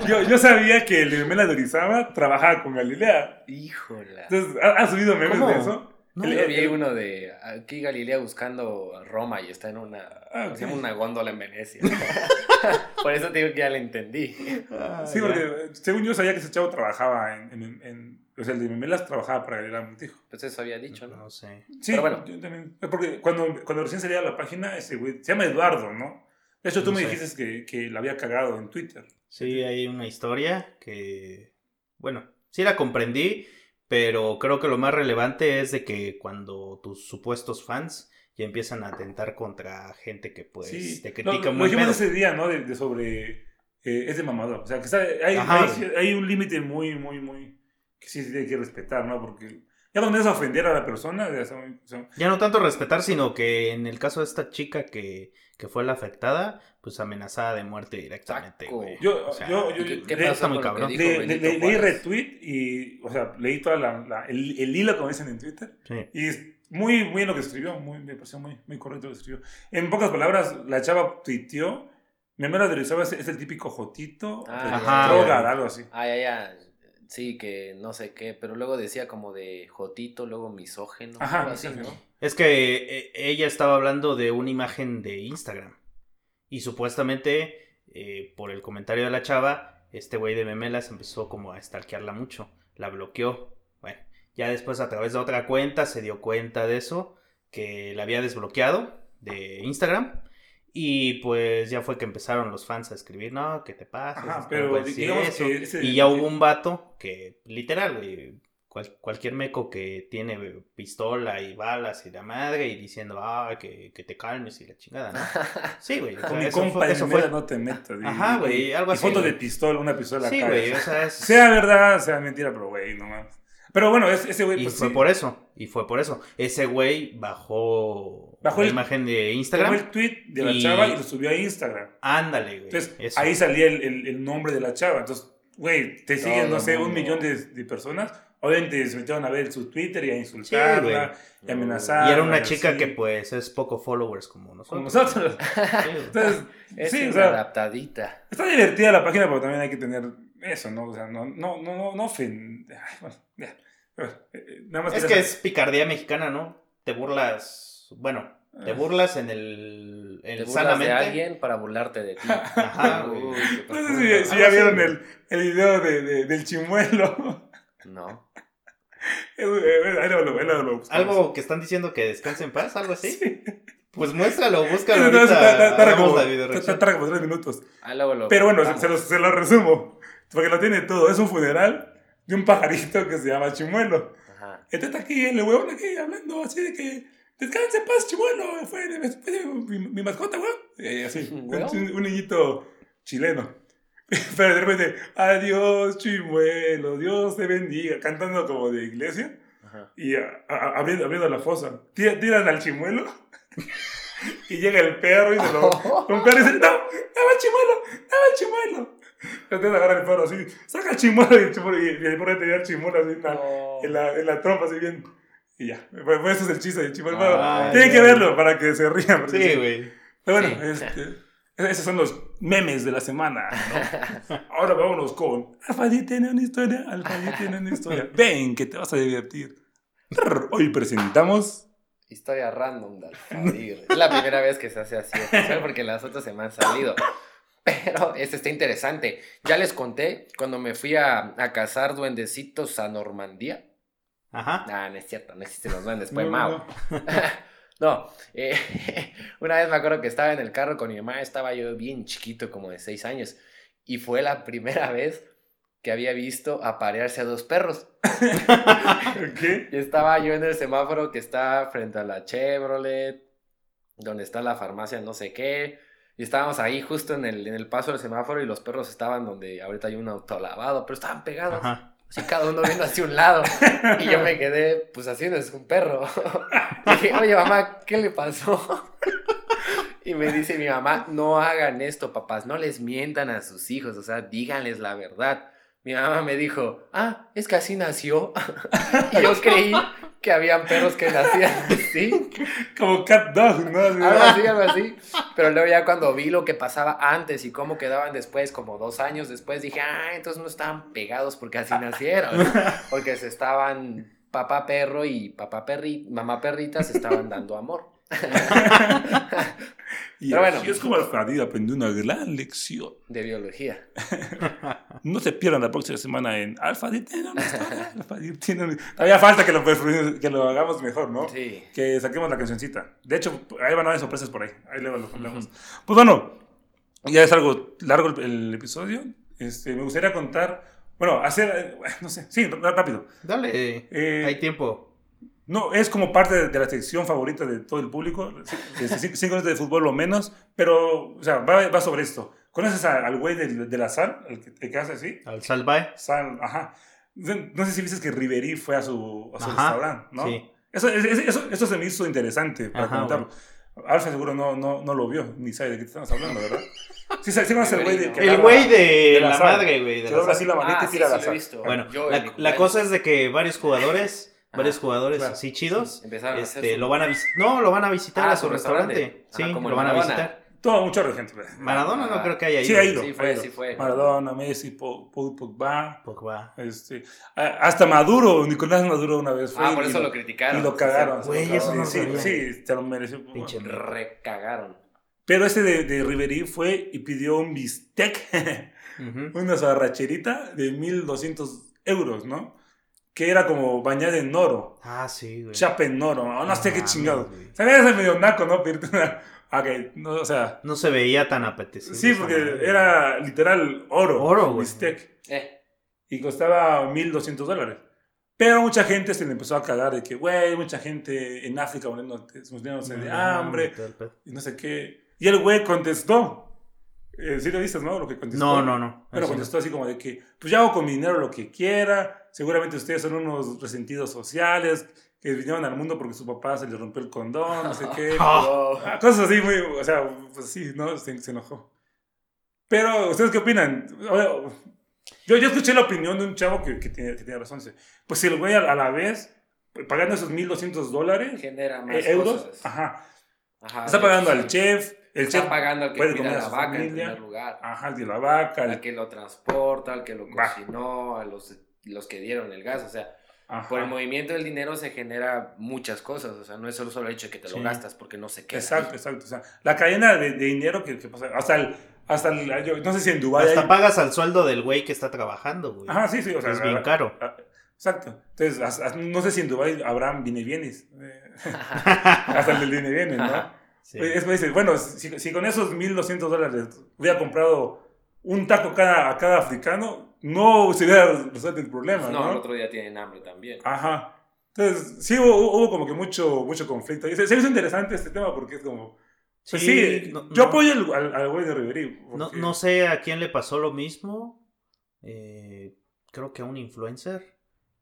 [SPEAKER 3] Yo, yo sabía que el Memela de Orizaba trabajaba con Galilea.
[SPEAKER 2] Híjola.
[SPEAKER 3] Entonces, ¿ha, ha subido memes
[SPEAKER 1] ¿Cómo?
[SPEAKER 3] de eso?
[SPEAKER 1] No,
[SPEAKER 2] Yo vi uno de aquí Galilea buscando a Roma y está en una,
[SPEAKER 3] Ah, ok.
[SPEAKER 2] se llama una góndola en Venecia. Por eso te digo que ya la entendí.
[SPEAKER 1] Ah,
[SPEAKER 3] sí,
[SPEAKER 1] ya.
[SPEAKER 3] porque eh, según yo sabía que ese chavo trabajaba en. en- en- o sea, el de Memelas trabajaba para Galilea Montijo.
[SPEAKER 2] Pues eso había dicho, ¿no?
[SPEAKER 1] No sé.
[SPEAKER 3] Sí,
[SPEAKER 2] Pero bueno.
[SPEAKER 3] yo también. eh, Porque cuando, cuando recién salía la página, ese güey. Se llama Eduardo, ¿no? De hecho, tú
[SPEAKER 1] No
[SPEAKER 3] me
[SPEAKER 1] sé.
[SPEAKER 3] dijiste que, que la había cagado en Twitter.
[SPEAKER 1] Sí, hay una historia que, bueno, sí la comprendí, pero creo que lo más relevante es de que cuando tus supuestos fans ya empiezan a atentar contra gente que pues
[SPEAKER 3] sí.
[SPEAKER 1] te
[SPEAKER 3] Lo-
[SPEAKER 1] critica
[SPEAKER 3] lo,
[SPEAKER 1] muy
[SPEAKER 3] dijimos
[SPEAKER 1] pedo.
[SPEAKER 3] ese día, ¿no? De, de sobre. eh, es de mamador. O sea, que está- hay,
[SPEAKER 1] Ajá.
[SPEAKER 3] hay- hay un límite muy, muy, muy. que sí se tiene que respetar, ¿no? Porque. Ya cuando empiezas a ofender a la persona, ya está muy- o sea,
[SPEAKER 1] Ya no tanto respetar, sino que en el caso de esta chica que, que fue la afectada, pues amenazada de muerte directamente,
[SPEAKER 2] Saco.
[SPEAKER 1] güey.
[SPEAKER 3] Yo-
[SPEAKER 1] O sea,
[SPEAKER 3] yo- yo-
[SPEAKER 2] ¿Y ¿Qué, qué
[SPEAKER 3] Le-
[SPEAKER 2] pasó
[SPEAKER 1] está muy
[SPEAKER 2] con lo que
[SPEAKER 1] cabrón.
[SPEAKER 2] dijo
[SPEAKER 3] le, le-
[SPEAKER 2] Benito
[SPEAKER 3] le- leí
[SPEAKER 2] Juárez?
[SPEAKER 3] retweet y, o sea, leí toda la, la- el, el hilo, como dicen en Twitter,
[SPEAKER 1] sí.
[SPEAKER 3] y es muy bien lo que escribió, muy, me pareció muy, muy correcto lo que escribió. En pocas palabras, la chava tuiteó, mi hermana de Orizaba es, es el típico jotito,
[SPEAKER 2] Ah,
[SPEAKER 1] Ajá.
[SPEAKER 3] droga, algo así.
[SPEAKER 2] Ah, ya, ya. Sí, que no sé qué, pero luego decía como de Jotito, luego misógeno.
[SPEAKER 3] Ajá,
[SPEAKER 2] algo así,
[SPEAKER 3] misógeno.
[SPEAKER 2] ¿no?
[SPEAKER 1] Es que eh, ella estaba hablando de una imagen de Instagram. Y supuestamente, eh, por el comentario de la chava, este güey de Memelas empezó como a stalkearla mucho. La bloqueó. Bueno, ya después a través de otra cuenta se dio cuenta de eso, que la había desbloqueado de Instagram. Y pues ya fue que empezaron los fans a escribir, no, que te pases,
[SPEAKER 3] Ajá,
[SPEAKER 1] no
[SPEAKER 3] pero
[SPEAKER 1] puedes decir
[SPEAKER 3] digamos
[SPEAKER 1] eso".
[SPEAKER 3] que... ese-
[SPEAKER 1] Y ya hubo un vato que, literal, güey, cual- cualquier meco que tiene güey, pistola y balas y la madre y diciendo, ah, que, que te calmes y la chingada, ¿no? Sí, güey. o sea,
[SPEAKER 3] Con mi
[SPEAKER 1] eso
[SPEAKER 3] compa
[SPEAKER 1] fue-
[SPEAKER 3] de
[SPEAKER 1] eso
[SPEAKER 3] Mela
[SPEAKER 1] fue-
[SPEAKER 3] no te metas. y-
[SPEAKER 1] Ajá, güey, algo
[SPEAKER 3] y
[SPEAKER 1] así,
[SPEAKER 3] foto
[SPEAKER 1] güey.
[SPEAKER 3] de pistola, una pistola
[SPEAKER 1] Sí,
[SPEAKER 3] acá,
[SPEAKER 1] güey,
[SPEAKER 3] o
[SPEAKER 1] o
[SPEAKER 3] sea,
[SPEAKER 1] sea, es-
[SPEAKER 3] Sea verdad, sea mentira, pero güey, no mames. Pero bueno, es- ese güey...
[SPEAKER 1] Y
[SPEAKER 3] pues,
[SPEAKER 1] fue
[SPEAKER 3] sí,
[SPEAKER 1] por eso, y fue por eso. Ese güey bajó,
[SPEAKER 3] Bajó
[SPEAKER 1] la
[SPEAKER 3] el-
[SPEAKER 1] imagen de Instagram.
[SPEAKER 3] tomó el tweet de la
[SPEAKER 1] y-
[SPEAKER 3] chava y lo subió a Instagram.
[SPEAKER 1] Ándale, güey.
[SPEAKER 3] Entonces,
[SPEAKER 1] Eh, eso.
[SPEAKER 3] ahí salía el, el- el nombre de la chava. Entonces, güey, te siguen,
[SPEAKER 2] Todo
[SPEAKER 3] no sé, un
[SPEAKER 2] mundo.
[SPEAKER 3] millón de, de personas. Obviamente se metieron a ver su Twitter
[SPEAKER 1] Sí,
[SPEAKER 3] y a
[SPEAKER 1] güey.
[SPEAKER 3] insultarla y amenazarla.
[SPEAKER 1] Y era una
[SPEAKER 3] y
[SPEAKER 1] chica
[SPEAKER 3] así,
[SPEAKER 1] que pues es poco followers como
[SPEAKER 3] Como
[SPEAKER 1] nosotros.
[SPEAKER 3] nosotros.
[SPEAKER 1] Sí, güey.
[SPEAKER 3] Entonces,
[SPEAKER 2] Es
[SPEAKER 3] sí,
[SPEAKER 2] una
[SPEAKER 3] o sea,
[SPEAKER 2] adaptadita.
[SPEAKER 3] está divertida la página, pero también hay que tener eso, ¿no? O sea, no, no, no, no, no ofen- Ay, bueno, ya. Eh, eh, Nada más
[SPEAKER 1] Es
[SPEAKER 3] quería
[SPEAKER 1] que es picardía mexicana, ¿no? Te burlas, bueno,
[SPEAKER 3] saber.
[SPEAKER 1] te burlas en el, en
[SPEAKER 2] Te burlas
[SPEAKER 1] sanamente.
[SPEAKER 2] de alguien para burlarte de ti.
[SPEAKER 1] Ajá, güey.
[SPEAKER 2] Uy, qué
[SPEAKER 3] No sé
[SPEAKER 2] profundo.
[SPEAKER 3] si, si ya vieron el, el video de, de- del chimuelo.
[SPEAKER 2] No.
[SPEAKER 3] Eh, eh, ahí lo- ahí lo- lo buscamos.
[SPEAKER 1] Algo que están diciendo que descanse en paz, algo así. Pues muéstralo, búscalo
[SPEAKER 3] Eso no, eso
[SPEAKER 1] ahorita.
[SPEAKER 3] tar- tar- Tarda
[SPEAKER 1] hagamos
[SPEAKER 3] como
[SPEAKER 1] la videoreacción.
[SPEAKER 3] tar- tarda como tres minutos.
[SPEAKER 2] Ah, luego lo
[SPEAKER 3] Pero bueno, se-
[SPEAKER 2] contamos.
[SPEAKER 3] se, los- se lo resumo. Porque lo tiene todo. Es un funeral de un pajarito que se llama Chimuelo.
[SPEAKER 2] Ajá.
[SPEAKER 3] Este está aquí, el huevón aquí, hablando así de que... Descansa en paz, Chimuelo. Fue, fue mi, mi mascota, huevón. Y así, un,
[SPEAKER 2] Huevón.
[SPEAKER 3] un- un niñito chileno. Pero de repente, adiós, Chimuelo, Dios te bendiga. Cantando como de iglesia.
[SPEAKER 2] Ajá.
[SPEAKER 3] Y a- a- abriendo, abriendo la fosa. Tira- Tiran al chimuelo. y llega el perro y se lo. Un perro dice: No, dame el chimuelo, dame el chimuelo. Entonces agarra el perro así, saca el chimuelo y el chimuelo, y, y el perro tenía el chimuelo así en la, en la, en la trompa, así bien. Y ya. Pues, pues ese es el chiste del chimuelo.
[SPEAKER 2] Ah,
[SPEAKER 3] Tienen
[SPEAKER 1] ya.
[SPEAKER 3] que verlo para que se rían. porque
[SPEAKER 1] Sí, güey.
[SPEAKER 3] Pero bueno,
[SPEAKER 2] Sí.
[SPEAKER 3] este, esos son los memes de la semana. ¿no? Ahora vámonos con. Alfadí tiene una historia, Alfadí tiene una historia. Ven que te vas a divertir. Hoy presentamos.
[SPEAKER 2] Historia random de Alfadir. Es la primera vez que se hace así oficial porque las otras se me han salido. Pero este está interesante. Ya les conté cuando me fui a, a cazar duendecitos a Normandía.
[SPEAKER 1] Ajá.
[SPEAKER 2] Ah, no es cierto, no existen los duendes,
[SPEAKER 3] No,
[SPEAKER 2] fue
[SPEAKER 3] no,
[SPEAKER 2] Mao.
[SPEAKER 3] no.
[SPEAKER 2] No, No, eh, una vez me acuerdo que estaba en el carro con mi mamá, estaba yo bien chiquito, como de seis años, y fue la primera vez que había visto aparearse a dos perros.
[SPEAKER 3] ¿Qué?
[SPEAKER 2] Y estaba yo en el semáforo que está frente a la Chevrolet, donde está la farmacia no sé qué. Y estábamos ahí justo en el, en el paso del semáforo y los perros estaban donde ahorita hay un autolavado, pero estaban pegados.
[SPEAKER 1] Ajá.
[SPEAKER 2] Así cada uno viendo hacia un lado. Y yo me quedé, pues así no es un perro. Y dije, oye mamá, ¿qué le pasó? Y me dice mi mamá, no hagan esto, papás, no les mientan a sus hijos, o sea, díganles la verdad. Mi mamá me dijo, ah, es que así nació. Y yo creí que habían perros que nacían así.
[SPEAKER 3] Como cat dog, ¿no? Así,
[SPEAKER 2] Algo así, algo así. Pero luego ya cuando vi lo que pasaba antes y cómo quedaban después, como dos años después, dije, ah, entonces no estaban pegados porque así nacieron. Porque se estaban papá perro y papá perri, mamá perrita se estaban dando amor.
[SPEAKER 3] Y
[SPEAKER 2] Pero bueno.
[SPEAKER 3] así es como Alfred aprendió una gran lección.
[SPEAKER 2] De biología.
[SPEAKER 3] No se pierdan la próxima semana en Alfa tiene Alfa tiene Todavía falta que lo, pues, que lo hagamos mejor, ¿no?
[SPEAKER 2] Sí.
[SPEAKER 3] Que saquemos la cancioncita. De hecho, ahí van a haber sorpresas por ahí. Ahí luego lo hablamos. Pues bueno, ya es algo largo el, el episodio. Este, me gustaría contar, bueno, hacer, eh, no sé, sí, r- rápido.
[SPEAKER 1] Dale.
[SPEAKER 3] Eh,
[SPEAKER 1] Hay tiempo.
[SPEAKER 3] No, es como parte de, de la sección favorita de todo el público. de cin- Cinco minutos de fútbol o menos, pero, o sea, va, va sobre esto. ¿Conoces a- al güey del- de, la sal? El que, el que hace así.
[SPEAKER 1] Al salvaje.
[SPEAKER 3] Sal, ajá. No no sé si viste que Riverí fue a su, a su
[SPEAKER 1] Ajá,
[SPEAKER 3] restaurante, ¿no?
[SPEAKER 1] Sí.
[SPEAKER 3] Eso, es- es- eso, eso se me hizo interesante para
[SPEAKER 1] Ajá,
[SPEAKER 3] comentarlo. Alfa seguro no, no, no lo vio, ni sabe de qué estamos hablando, ¿verdad? Sí, sabe- sí, conoce el güey de, que
[SPEAKER 1] El
[SPEAKER 3] agarra-
[SPEAKER 1] güey de,
[SPEAKER 3] de la
[SPEAKER 1] la,
[SPEAKER 3] sal.
[SPEAKER 1] madre, güey. de
[SPEAKER 3] que
[SPEAKER 1] la
[SPEAKER 3] dobla
[SPEAKER 1] sal.
[SPEAKER 3] así la manita
[SPEAKER 2] Ah,
[SPEAKER 3] y
[SPEAKER 2] sí,
[SPEAKER 3] tira
[SPEAKER 2] sí
[SPEAKER 3] la
[SPEAKER 2] lo he
[SPEAKER 3] sal.
[SPEAKER 2] visto.
[SPEAKER 1] Bueno,
[SPEAKER 2] Yo en mi
[SPEAKER 1] la, la
[SPEAKER 2] cumpleaños.
[SPEAKER 1] cosa es de que varios jugadores,
[SPEAKER 2] Ajá,
[SPEAKER 1] varios jugadores
[SPEAKER 3] Ah, claro.
[SPEAKER 1] así chidos,
[SPEAKER 2] Empezaron a hacer
[SPEAKER 1] este,
[SPEAKER 2] su-
[SPEAKER 1] lo van a vis- no, lo van a visitar
[SPEAKER 2] Ah,
[SPEAKER 1] a su restaurante. Sí,
[SPEAKER 2] Ajá, como
[SPEAKER 1] lo
[SPEAKER 2] en
[SPEAKER 1] van a
[SPEAKER 2] Maradona.
[SPEAKER 1] visitar.
[SPEAKER 3] Todo mucho de gente. ¿verdad?
[SPEAKER 1] Maradona no
[SPEAKER 2] Ah,
[SPEAKER 1] creo que haya ido.
[SPEAKER 3] Sí, ha ido.
[SPEAKER 2] Sí, fue,
[SPEAKER 3] ha ido.
[SPEAKER 2] sí fue.
[SPEAKER 3] Maradona, Messi, Paul, Paul Pogba.
[SPEAKER 1] Pogba.
[SPEAKER 3] Este, a- hasta Maduro, Nicolás Maduro una vez fue.
[SPEAKER 2] Ah, por
[SPEAKER 3] y
[SPEAKER 2] eso lo criticaron.
[SPEAKER 3] Y lo cagaron.
[SPEAKER 1] Güey,
[SPEAKER 3] Sí,
[SPEAKER 1] eso no
[SPEAKER 3] sí,
[SPEAKER 1] sabía.
[SPEAKER 3] sí, te lo mereció.
[SPEAKER 1] Pinche
[SPEAKER 2] Recagaron.
[SPEAKER 3] Pero ese de, de Riverí fue y pidió un bistec.
[SPEAKER 1] Ujú.
[SPEAKER 3] una zarracherita de 1200 euros, ¿no? Que era como bañada en oro,
[SPEAKER 1] Ah, sí, güey.
[SPEAKER 3] chapa en oro, o no sé qué
[SPEAKER 1] mames,
[SPEAKER 3] chingado.
[SPEAKER 1] güey.
[SPEAKER 3] Sabías el medio naco, ¿no? Pedirte una- Ok, no, o sea,
[SPEAKER 1] No se veía tan apetecible.
[SPEAKER 3] sí,
[SPEAKER 1] esa
[SPEAKER 3] porque
[SPEAKER 1] madre.
[SPEAKER 3] era literal oro,
[SPEAKER 1] Oro,
[SPEAKER 3] un
[SPEAKER 1] güey.
[SPEAKER 3] bistec,
[SPEAKER 2] Eh,
[SPEAKER 3] y costaba 1200 dólares. Pero mucha gente se le empezó a cagar de que, güey, mucha gente en África muriéndose muriéndose de hambre,
[SPEAKER 1] todo el pedo.
[SPEAKER 3] y no sé qué. Y el güey contestó. Eh, sí lo dices, ¿no? Lo que contestó.
[SPEAKER 1] No, no, no.
[SPEAKER 3] Bueno,
[SPEAKER 1] Así no.
[SPEAKER 3] contestó así como de que, pues yo hago con mi dinero lo que quiera, seguramente ustedes son unos resentidos sociales, que vinieron al mundo porque su papá se les rompió el condón, no sé qué. Ah, Cosas así, muy, o sea, pues sí, ¿no? Se, se enojó. Pero, ¿ustedes qué opinan? O- o- Yo, yo escuché la opinión de un chavo que, que, tiene, que tiene razón. dice, Pues si el güey a, a la vez, eh, pagando esos 1.200 dólares,
[SPEAKER 2] genera más
[SPEAKER 3] eh, euros,
[SPEAKER 2] cosas.
[SPEAKER 3] ajá,
[SPEAKER 2] Ajá,
[SPEAKER 3] está
[SPEAKER 2] de
[SPEAKER 3] pagando
[SPEAKER 2] hecho,
[SPEAKER 3] al chef, el
[SPEAKER 2] Está
[SPEAKER 3] chef,
[SPEAKER 2] pagando al que
[SPEAKER 3] puede
[SPEAKER 2] cuida
[SPEAKER 3] comer a
[SPEAKER 2] la
[SPEAKER 3] su
[SPEAKER 2] vaca en
[SPEAKER 3] familia.
[SPEAKER 2] primer lugar.
[SPEAKER 3] ajá, el de la vaca,
[SPEAKER 2] al
[SPEAKER 3] el,
[SPEAKER 2] que lo transporta, al que lo
[SPEAKER 3] Va.
[SPEAKER 2] cocinó, a los, los que dieron el gas. O sea,
[SPEAKER 3] ajá.
[SPEAKER 2] por el movimiento del dinero se genera muchas cosas. O sea, no es solo, solo el hecho de que te lo
[SPEAKER 3] Sí.
[SPEAKER 2] gastas porque no se queda.
[SPEAKER 3] Exacto,
[SPEAKER 2] ahí.
[SPEAKER 3] exacto. O sea, la cadena de, de dinero que, que pasa. Hasta el. Hasta el yo no sé si en Dubái.
[SPEAKER 1] Hasta
[SPEAKER 3] hay-
[SPEAKER 1] pagas al sueldo del güey que está trabajando, güey.
[SPEAKER 3] Ajá, sí, sí. O sea,
[SPEAKER 1] es bien
[SPEAKER 3] la-
[SPEAKER 1] caro.
[SPEAKER 3] Exacto. Entonces, hasta- hasta- no sé si en Dubái habrán viene bienes. hasta el del viene bienes, ¿no?
[SPEAKER 2] Ajá.
[SPEAKER 1] Sí.
[SPEAKER 3] Oye, pues, Es, me dice, bueno, si, si con esos 1.200 dólares hubiera comprado un taco cada, a cada africano, no se hubiera resuelto el problema,
[SPEAKER 2] No,
[SPEAKER 3] ¿no?
[SPEAKER 2] el otro día tienen hambre también.
[SPEAKER 3] Ajá. Entonces, sí hubo, hubo como que mucho, mucho conflicto. Y se, se me hizo interesante este tema porque es como. Pues sí,
[SPEAKER 1] no-
[SPEAKER 3] yo
[SPEAKER 1] no-
[SPEAKER 3] apoyo al- al al güey de Riverí.
[SPEAKER 1] No,
[SPEAKER 3] porque-
[SPEAKER 1] no sé a quién le pasó lo mismo. eh, creo que a un influencer.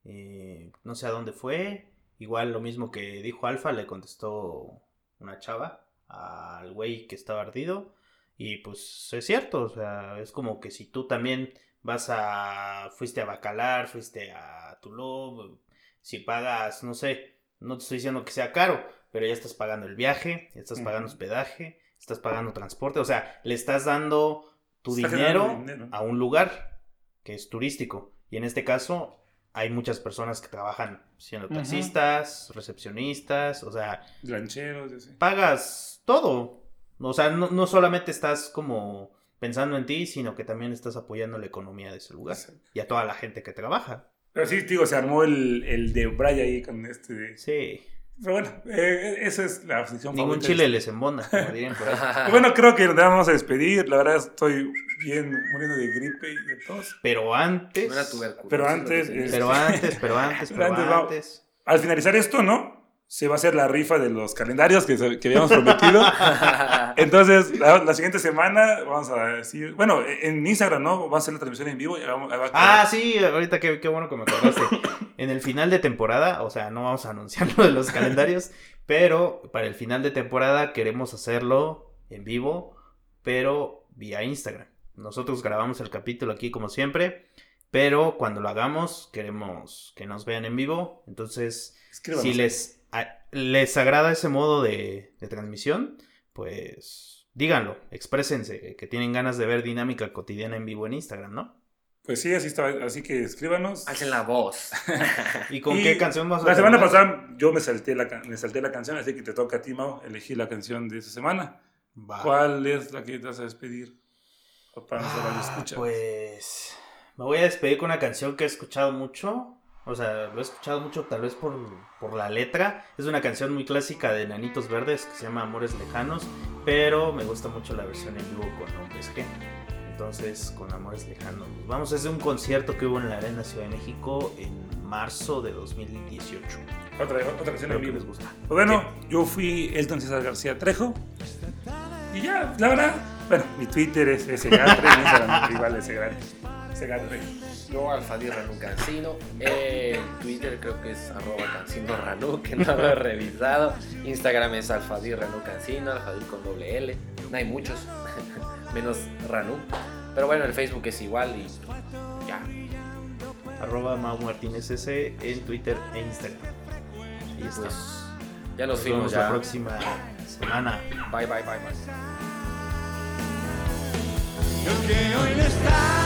[SPEAKER 1] eh, no sé a dónde fue. Igual lo mismo que dijo Alfa, le contestó una chava al güey que estaba ardido. Y pues es cierto, o sea, es como que si tú también vas a. Fuiste a Bacalar, fuiste a Tulum. Si pagas, no sé, no te estoy diciendo que sea caro, pero ya estás pagando el viaje, ya estás pagando
[SPEAKER 3] Ujú.
[SPEAKER 1] hospedaje, estás pagando transporte, o sea, le estás dando tu
[SPEAKER 3] Está
[SPEAKER 1] dinero,
[SPEAKER 3] generando dinero.
[SPEAKER 1] a un lugar que es turístico. Y en este caso, hay muchas personas que trabajan siendo
[SPEAKER 3] Ujú.
[SPEAKER 1] taxistas, recepcionistas, o sea,
[SPEAKER 3] Lancheros, yo sé.
[SPEAKER 1] pagas todo. O sea, no, no solamente estás como pensando en ti, sino que también estás apoyando la economía de ese lugar y a toda la gente que trabaja.
[SPEAKER 3] Pero sí, digo, se armó el, el de Bray ahí con este.
[SPEAKER 1] Sí.
[SPEAKER 3] Pero bueno, eh, esa es la sección
[SPEAKER 1] Ningún
[SPEAKER 3] favorita.
[SPEAKER 1] chile les embona, como dirían por ahí.
[SPEAKER 3] Y Bueno, creo que nos vamos a despedir. La verdad estoy bien muriendo de gripe y de tos.
[SPEAKER 1] Pero antes.
[SPEAKER 2] Era tuberculosis,
[SPEAKER 3] pues, Pero
[SPEAKER 2] lo que
[SPEAKER 3] antes,
[SPEAKER 2] tenía.
[SPEAKER 3] es-
[SPEAKER 1] Pero antes, pero antes, pero
[SPEAKER 3] Antes, va-
[SPEAKER 1] antes.
[SPEAKER 3] Al finalizar esto, ¿no? Se va a hacer la rifa de los calendarios que, se- que habíamos prometido. Entonces, la, la siguiente semana vamos a decir, bueno, en Instagram, ¿no? Va a ser la transmisión en vivo. y vamos- ahí va a
[SPEAKER 1] Ah, sí, ahorita qué, qué bueno que me acordaste. En el final de temporada, o sea, no vamos a anunciar lo de los calendarios, pero para el final de temporada queremos hacerlo en vivo, pero vía Instagram. Nosotros grabamos el capítulo aquí como siempre, pero cuando lo hagamos queremos que nos vean en vivo. Entonces,
[SPEAKER 3] Escríbanos.
[SPEAKER 1] si les, a- les agrada ese modo de, de transmisión, pues díganlo, exprésense, que tienen ganas de ver dinámica cotidiana en vivo en Instagram, ¿no?
[SPEAKER 3] Pues sí, así está. Así que escríbanos.
[SPEAKER 2] Hacen la voz.
[SPEAKER 1] ¿Y con
[SPEAKER 3] Y
[SPEAKER 1] qué canción más?
[SPEAKER 3] La semana pasada yo me salté la, can- me salté la canción, así que te toca a ti, Mau, elegir la canción de esta semana. ¿Cuál es la que te vas a despedir? Para nuestra radio escucha.
[SPEAKER 1] Ah, pues me voy a despedir con una canción que he escuchado mucho. O sea, lo he escuchado mucho tal vez por, por la letra. Es una canción muy clásica de Nanitos Verdes que se llama Amores Lejanos, pero me gusta mucho la versión en vivo con Hombres G. Entonces, con Amores Lejanos. nos Vamos, es de un concierto que hubo en la Arena Ciudad de México en marzo de 2018.
[SPEAKER 3] Otra, otra canción
[SPEAKER 1] Espero
[SPEAKER 3] en
[SPEAKER 1] que
[SPEAKER 3] vivo.
[SPEAKER 1] les gusta.
[SPEAKER 3] Pues bueno, yo fui Elton César García Trejo. Y ya, la verdad, bueno, mi Twitter es SGatre, mi Instagram igual es SGatre.
[SPEAKER 2] Yo, Alfadir Ranucancino. Eh, Twitter creo que es arroba cancino ranu, que no lo he revisado. Instagram es alfadir ranucancino, alfadir con doble L. No hay muchos, menos ranu. Pero bueno, el Facebook es igual y ya.
[SPEAKER 1] Arroba Mau Martínez S en Twitter e Instagram. Y
[SPEAKER 2] Pues,
[SPEAKER 1] estamos.
[SPEAKER 2] ya los
[SPEAKER 1] Nos vemos
[SPEAKER 2] fuimos
[SPEAKER 1] la
[SPEAKER 2] ya.
[SPEAKER 1] próxima semana.
[SPEAKER 2] Bye, bye, bye, bye.
[SPEAKER 5] Yo que hoy no está